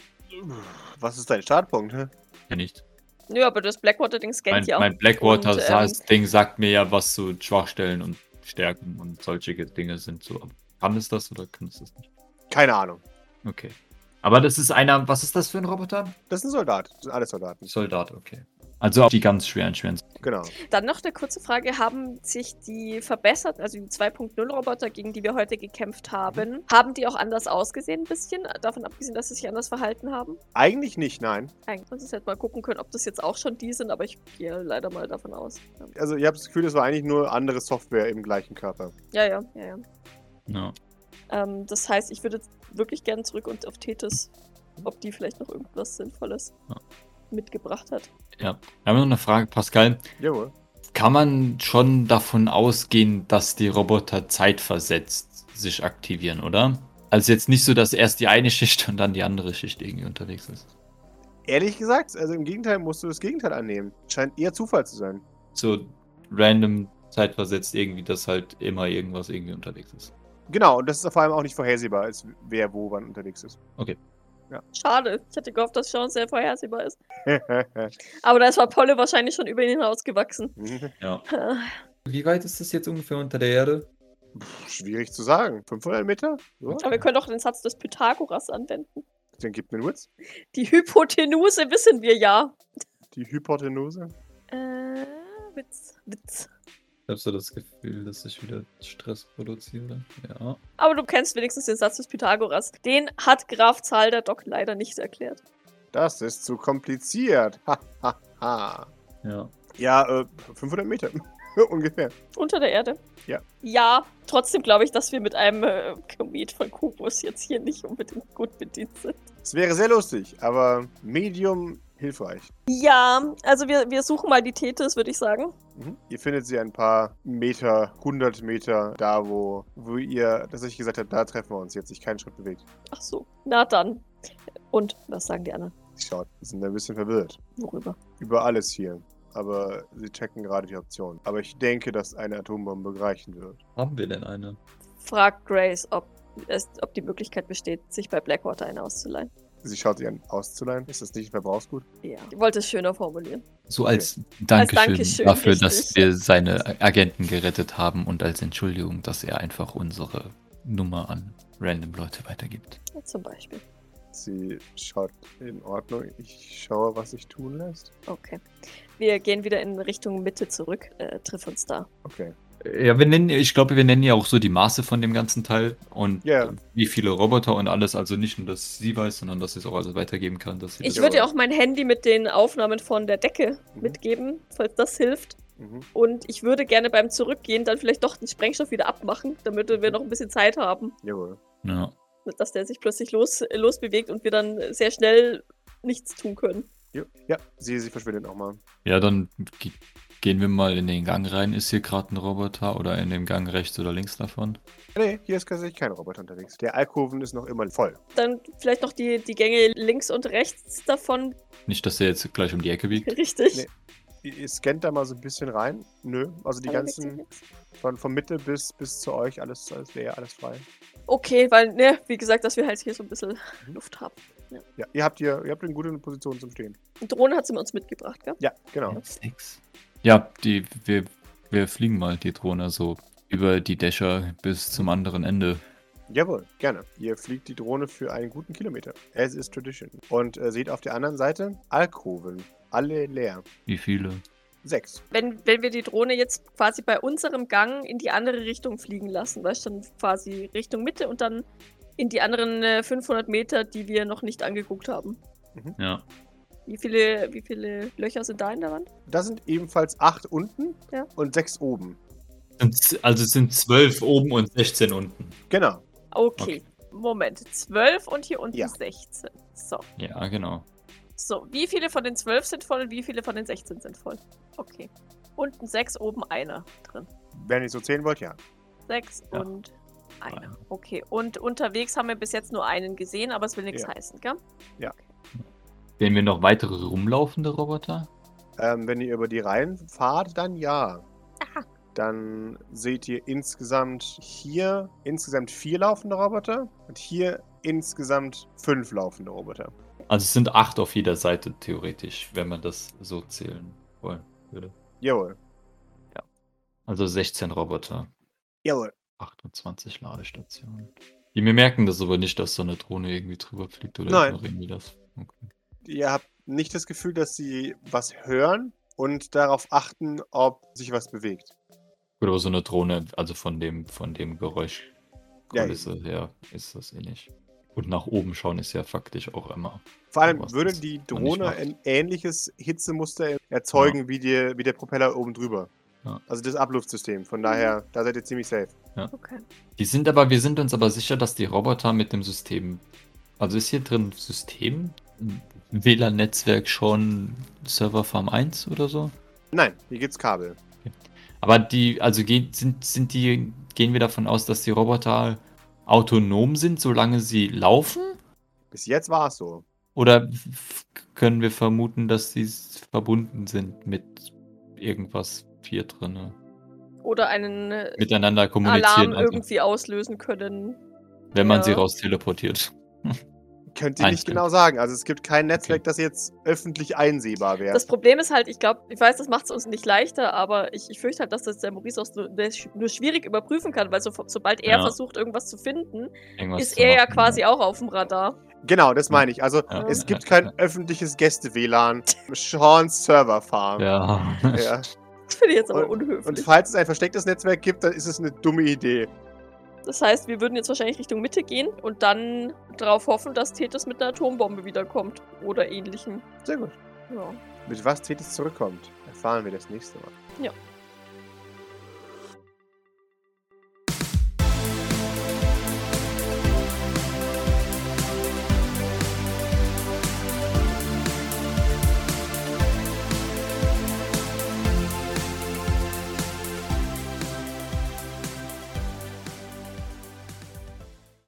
Speaker 3: Was ist dein Startpunkt? hä?
Speaker 2: Ja, nicht.
Speaker 4: Nö, aber das Blackwater-Ding
Speaker 2: Mein,
Speaker 4: scannt ja auch.
Speaker 2: mein Blackwater
Speaker 4: Und, ähm,
Speaker 2: saß- Ding sagt mir ja, was so Schwachstellen und Stärken und solche Dinge sind. So, aber kann es das oder kann es das nicht?
Speaker 3: Keine Ahnung.
Speaker 2: Okay. Aber das ist einer, was ist das für ein Roboter?
Speaker 3: Das ist ein Soldat. Das sind alle Soldaten.
Speaker 2: Soldat, okay. Also auf die ganz schweren, schweren
Speaker 3: Genau.
Speaker 4: Dann noch eine kurze Frage. Haben sich die verbesserten, also die 2.0-Roboter, gegen die wir heute gekämpft
Speaker 2: Mhm.
Speaker 4: haben, haben die auch anders ausgesehen ein bisschen? Davon abgesehen, dass sie sich anders verhalten haben?
Speaker 3: Eigentlich nicht, nein.
Speaker 4: Eigentlich muss ich jetzt mal gucken können, ob das jetzt auch schon die sind, aber ich gehe leider mal davon aus.
Speaker 3: Also ich habe das Gefühl, es war eigentlich nur andere Software im gleichen Körper.
Speaker 4: Ja, ja, ja, ja.
Speaker 2: Ja.
Speaker 4: Ähm, das heißt, ich würde jetzt wirklich gerne zurück und auf Tethys, ob die vielleicht noch irgendwas Sinnvolles
Speaker 2: Ja.
Speaker 4: mitgebracht hat.
Speaker 2: Wir haben noch eine Frage, Pascal.
Speaker 3: Jawohl.
Speaker 2: Kann man schon davon ausgehen, dass die Roboter zeitversetzt sich <laughs> aktivieren, oder? Also jetzt nicht so, dass erst die eine Schicht und dann die andere Schicht irgendwie unterwegs ist.
Speaker 3: Ehrlich gesagt, also im Gegenteil musst du das Gegenteil annehmen. Scheint eher Zufall zu sein.
Speaker 2: So random zeitversetzt irgendwie, dass halt immer irgendwas irgendwie unterwegs ist.
Speaker 3: Genau, und das ist vor allem auch nicht vorhersehbar, als wer wo wann unterwegs ist. <laughs>
Speaker 4: Schade. Ich hätte gehofft, dass Sean sehr vorhersehbar ist. Aber da ist Polle wahrscheinlich schon über ihn hinausgewachsen. <laughs>
Speaker 2: Ja.
Speaker 5: Wie weit ist das jetzt ungefähr unter der Erde?
Speaker 3: Schwierig zu sagen. 500 Meter? Ja.
Speaker 4: Aber wir können doch den Satz des Pythagoras anwenden.
Speaker 3: Dann gib mir Witz.
Speaker 4: Die Hypotenuse wissen wir ja.
Speaker 3: Die Hypotenuse.
Speaker 4: Äh, Witz, Witz.
Speaker 5: Ich habe so das Gefühl, dass ich wieder Stress produziere. Ja.
Speaker 4: Aber du kennst wenigstens den Satz des Pythagoras. Den hat Graf Zalder doch leider nicht erklärt.
Speaker 3: Das ist zu kompliziert. Ha, ha, ha.
Speaker 2: Ja.
Speaker 3: Ja, äh, 500 Meter. <laughs> Ungefähr.
Speaker 4: Unter der Erde?
Speaker 3: Ja.
Speaker 4: Ja, trotzdem glaube ich, dass wir mit einem äh, Komet von Kubus jetzt hier nicht unbedingt gut bedient sind.
Speaker 3: Es wäre sehr lustig, aber medium hilfreich.
Speaker 4: Ja, also wir, wir suchen mal die Tethys, würde ich sagen.
Speaker 3: Mhm. Ihr findet sie ein paar Meter, 100 Meter da, wo, wo ihr tatsächlich gesagt habt, da treffen wir uns. Sie hat sich keinen Schritt bewegt.
Speaker 4: Ach so, na dann. Und was sagen die anderen?
Speaker 3: Sie schaut, sie sind ein bisschen verwirrt.
Speaker 4: Worüber?
Speaker 3: Über alles hier. Aber sie checken gerade die Option. Aber ich denke, dass eine Atombombe reichen wird.
Speaker 5: Haben wir denn eine?
Speaker 4: Fragt Grace, ob, es, ob die Möglichkeit besteht, sich bei Blackwater eine auszuleihen.
Speaker 3: Sie schaut sie an, auszuleihen. Ist das nicht ein Verbrauchsgut?
Speaker 4: Ja. Ich wollte es schöner formulieren.
Speaker 2: So als Dankeschön,
Speaker 4: Dankeschön,
Speaker 2: dafür,
Speaker 4: richtig.
Speaker 2: dass wir seine A- Agenten gerettet haben und als Entschuldigung, dass er einfach unsere Nummer an random Leute weitergibt.
Speaker 4: Ja, zum Beispiel.
Speaker 3: Sie schaut in Ordnung. Ich schaue, was sich tun lässt.
Speaker 4: Okay. Wir gehen wieder in Richtung Mitte zurück. Äh, triff uns da.
Speaker 3: Okay.
Speaker 2: Ja, wir nennen, ich glaube, wir nennen ja auch so die Maße von dem ganzen Teil und
Speaker 3: Ja.
Speaker 2: wie viele Roboter und alles. Also nicht nur, dass sie weiß, sondern dass sie es auch alles weitergeben kann. Dass sie
Speaker 4: Ich
Speaker 2: das
Speaker 4: würde
Speaker 2: ja
Speaker 4: ja auch mein Handy mit den Aufnahmen von der Decke
Speaker 3: Mhm.
Speaker 4: mitgeben, falls das hilft.
Speaker 3: Mhm.
Speaker 4: Und ich würde gerne beim Zurückgehen dann vielleicht doch den Sprengstoff wieder abmachen, damit wir noch ein bisschen Zeit haben,
Speaker 3: Jawohl.
Speaker 2: Ja.
Speaker 4: dass der sich plötzlich los, losbewegt und wir dann sehr schnell nichts tun können.
Speaker 3: Jo. Ja, sie, sie verschwindet auch mal.
Speaker 2: ja, dann ge- gehen wir mal in den Gang rein. Ist hier gerade ein Roboter oder in dem Gang rechts oder links davon?
Speaker 3: Nee, hier ist tatsächlich kein Roboter unterwegs. Der Alkoven ist noch immer voll.
Speaker 4: Dann vielleicht noch die, die Gänge links und rechts davon.
Speaker 2: Nicht, dass er jetzt gleich um die Ecke biegt.
Speaker 4: Richtig.
Speaker 3: Nee, Ihr, ihr scannt da mal so ein bisschen rein. Nö. Also die
Speaker 4: Aber nichts
Speaker 3: ganzen,
Speaker 4: und nichts.
Speaker 3: von, von Mitte bis, bis zu euch, alles, alles leer, alles frei.
Speaker 4: Okay, weil, ne, wie gesagt, dass wir halt hier so ein bisschen
Speaker 3: Mhm.
Speaker 4: Luft haben.
Speaker 3: Ja, ihr habt hier, ihr habt eine gute Position zum Stehen.
Speaker 4: Die Drohne hat sie uns mitgebracht, gell?
Speaker 3: Ja, genau.
Speaker 2: Sechs. Ja, die, wir, wir fliegen mal die Drohne so über die Dächer bis zum anderen Ende.
Speaker 3: Jawohl, gerne. Ihr fliegt die Drohne für einen guten Kilometer. As is tradition. Und äh, seht auf der anderen Seite Alkoven. Alle leer.
Speaker 2: Wie viele?
Speaker 3: Sechs.
Speaker 4: wenn, wenn wir die Drohne jetzt quasi bei unserem Gang in die andere Richtung fliegen lassen, weißt du, dann quasi Richtung Mitte und dann in die anderen äh, 500 Meter, die wir noch nicht angeguckt haben.
Speaker 2: Ja.
Speaker 4: Wie viele, wie viele Löcher sind da in der Wand?
Speaker 3: Da sind ebenfalls acht unten
Speaker 4: Ja.
Speaker 3: und sechs oben.
Speaker 2: Also es sind zwölf oben und 16 unten.
Speaker 3: Genau.
Speaker 4: Okay. Moment, 12 und hier unten
Speaker 3: Ja.
Speaker 4: 16. So.
Speaker 2: Ja, genau.
Speaker 4: so, wie viele von den 12 sind voll und wie viele von den 16 sind voll? Okay. Unten 6, oben einer drin.
Speaker 3: Wenn ihr so zählen wollt, ja.
Speaker 4: 6
Speaker 2: Ja.
Speaker 4: und einer.
Speaker 2: Einer.
Speaker 4: Okay, und unterwegs haben wir bis jetzt nur einen gesehen, aber es will nichts
Speaker 3: Ja.
Speaker 4: heißen, gell?
Speaker 2: Sehen wir noch weitere rumlaufende Roboter?
Speaker 3: Ähm, wenn ihr über die Reihen fahrt, dann ja.
Speaker 4: Aha.
Speaker 3: Dann seht ihr insgesamt hier insgesamt vier laufende Roboter und hier insgesamt fünf laufende Roboter.
Speaker 2: Also es sind acht auf jeder Seite, theoretisch, wenn man das so zählen wollen würde.
Speaker 3: Jawohl.
Speaker 2: Also 16 Roboter,
Speaker 3: Jawohl.
Speaker 2: 28 Ladestationen. Die mir merken das aber nicht, dass so eine Drohne irgendwie drüber fliegt oder
Speaker 3: Nein.
Speaker 2: ignorieren die das. Okay.
Speaker 3: Ihr habt nicht das Gefühl, dass sie was hören und darauf achten, ob sich was bewegt.
Speaker 2: Gut, aber so eine Drohne, also von dem, von dem Geräusch
Speaker 3: Ja,
Speaker 2: Kulisse her ist das ähnlich. Und nach oben schauen ist ja faktisch auch immer.
Speaker 3: Vor allem
Speaker 2: Was
Speaker 3: würde
Speaker 2: das
Speaker 3: die
Speaker 2: man nicht
Speaker 3: Drohne
Speaker 2: macht.
Speaker 3: ein ähnliches Hitzemuster erzeugen wie, die, wie der Propeller oben drüber.
Speaker 2: Ja.
Speaker 3: Also das Abluftsystem. Von daher, da seid ihr ziemlich safe.
Speaker 4: Okay.
Speaker 2: Die sind aber, wir sind uns aber sicher, dass die Roboter mit dem System. Also ist hier drin System? WLAN-Netzwerk schon Serverfarm 1 oder so?
Speaker 3: Nein, hier gibt's Kabel.
Speaker 2: Aber die, also gehen, sind, sind die, gehen wir davon aus, dass die Roboter autonom sind, solange sie laufen?
Speaker 3: Bis jetzt war es so.
Speaker 2: Oder f- können wir vermuten, dass sie s- verbunden sind mit irgendwas hier drin?
Speaker 4: Oder einen äh,
Speaker 2: Miteinander kommunizieren,
Speaker 4: Alarm
Speaker 2: also,
Speaker 4: irgendwie auslösen können.
Speaker 2: wenn man sie
Speaker 4: ja.
Speaker 2: raus teleportiert.
Speaker 3: Könnt ihr nicht
Speaker 2: Einzeln.
Speaker 3: genau sagen. Also es gibt kein Netzwerk, das jetzt öffentlich einsehbar wäre.
Speaker 4: Das Problem ist halt, ich glaube, ich weiß, das macht es uns nicht leichter, aber ich, ich fürchte halt, dass das der Maurice auch nur, der sch- nur schwierig überprüfen kann, weil so, sobald er
Speaker 2: Ja.
Speaker 4: versucht, irgendwas zu finden,
Speaker 2: Irgendwas
Speaker 4: ist
Speaker 2: zu
Speaker 4: er ja
Speaker 2: machen,
Speaker 4: quasi auch auf dem Radar. <laughs>
Speaker 3: Genau, das meine ich. Also
Speaker 2: Ja.
Speaker 3: es gibt kein öffentliches Gäste-WLAN. Sean's Server-Farm.
Speaker 2: Ja. <laughs>
Speaker 3: Ja.
Speaker 4: Das finde ich jetzt aber
Speaker 3: Und- Und
Speaker 4: unhöflich.
Speaker 3: falls es ein verstecktes Netzwerk gibt, dann ist es eine dumme Idee.
Speaker 4: Das heißt, wir würden jetzt wahrscheinlich Richtung Mitte gehen und dann darauf hoffen, dass Tethys mit einer Atombombe wiederkommt oder ähnlichem.
Speaker 3: Sehr gut.
Speaker 4: Ja.
Speaker 3: Mit was Tethys zurückkommt, erfahren wir das nächste Mal.
Speaker 4: Ja.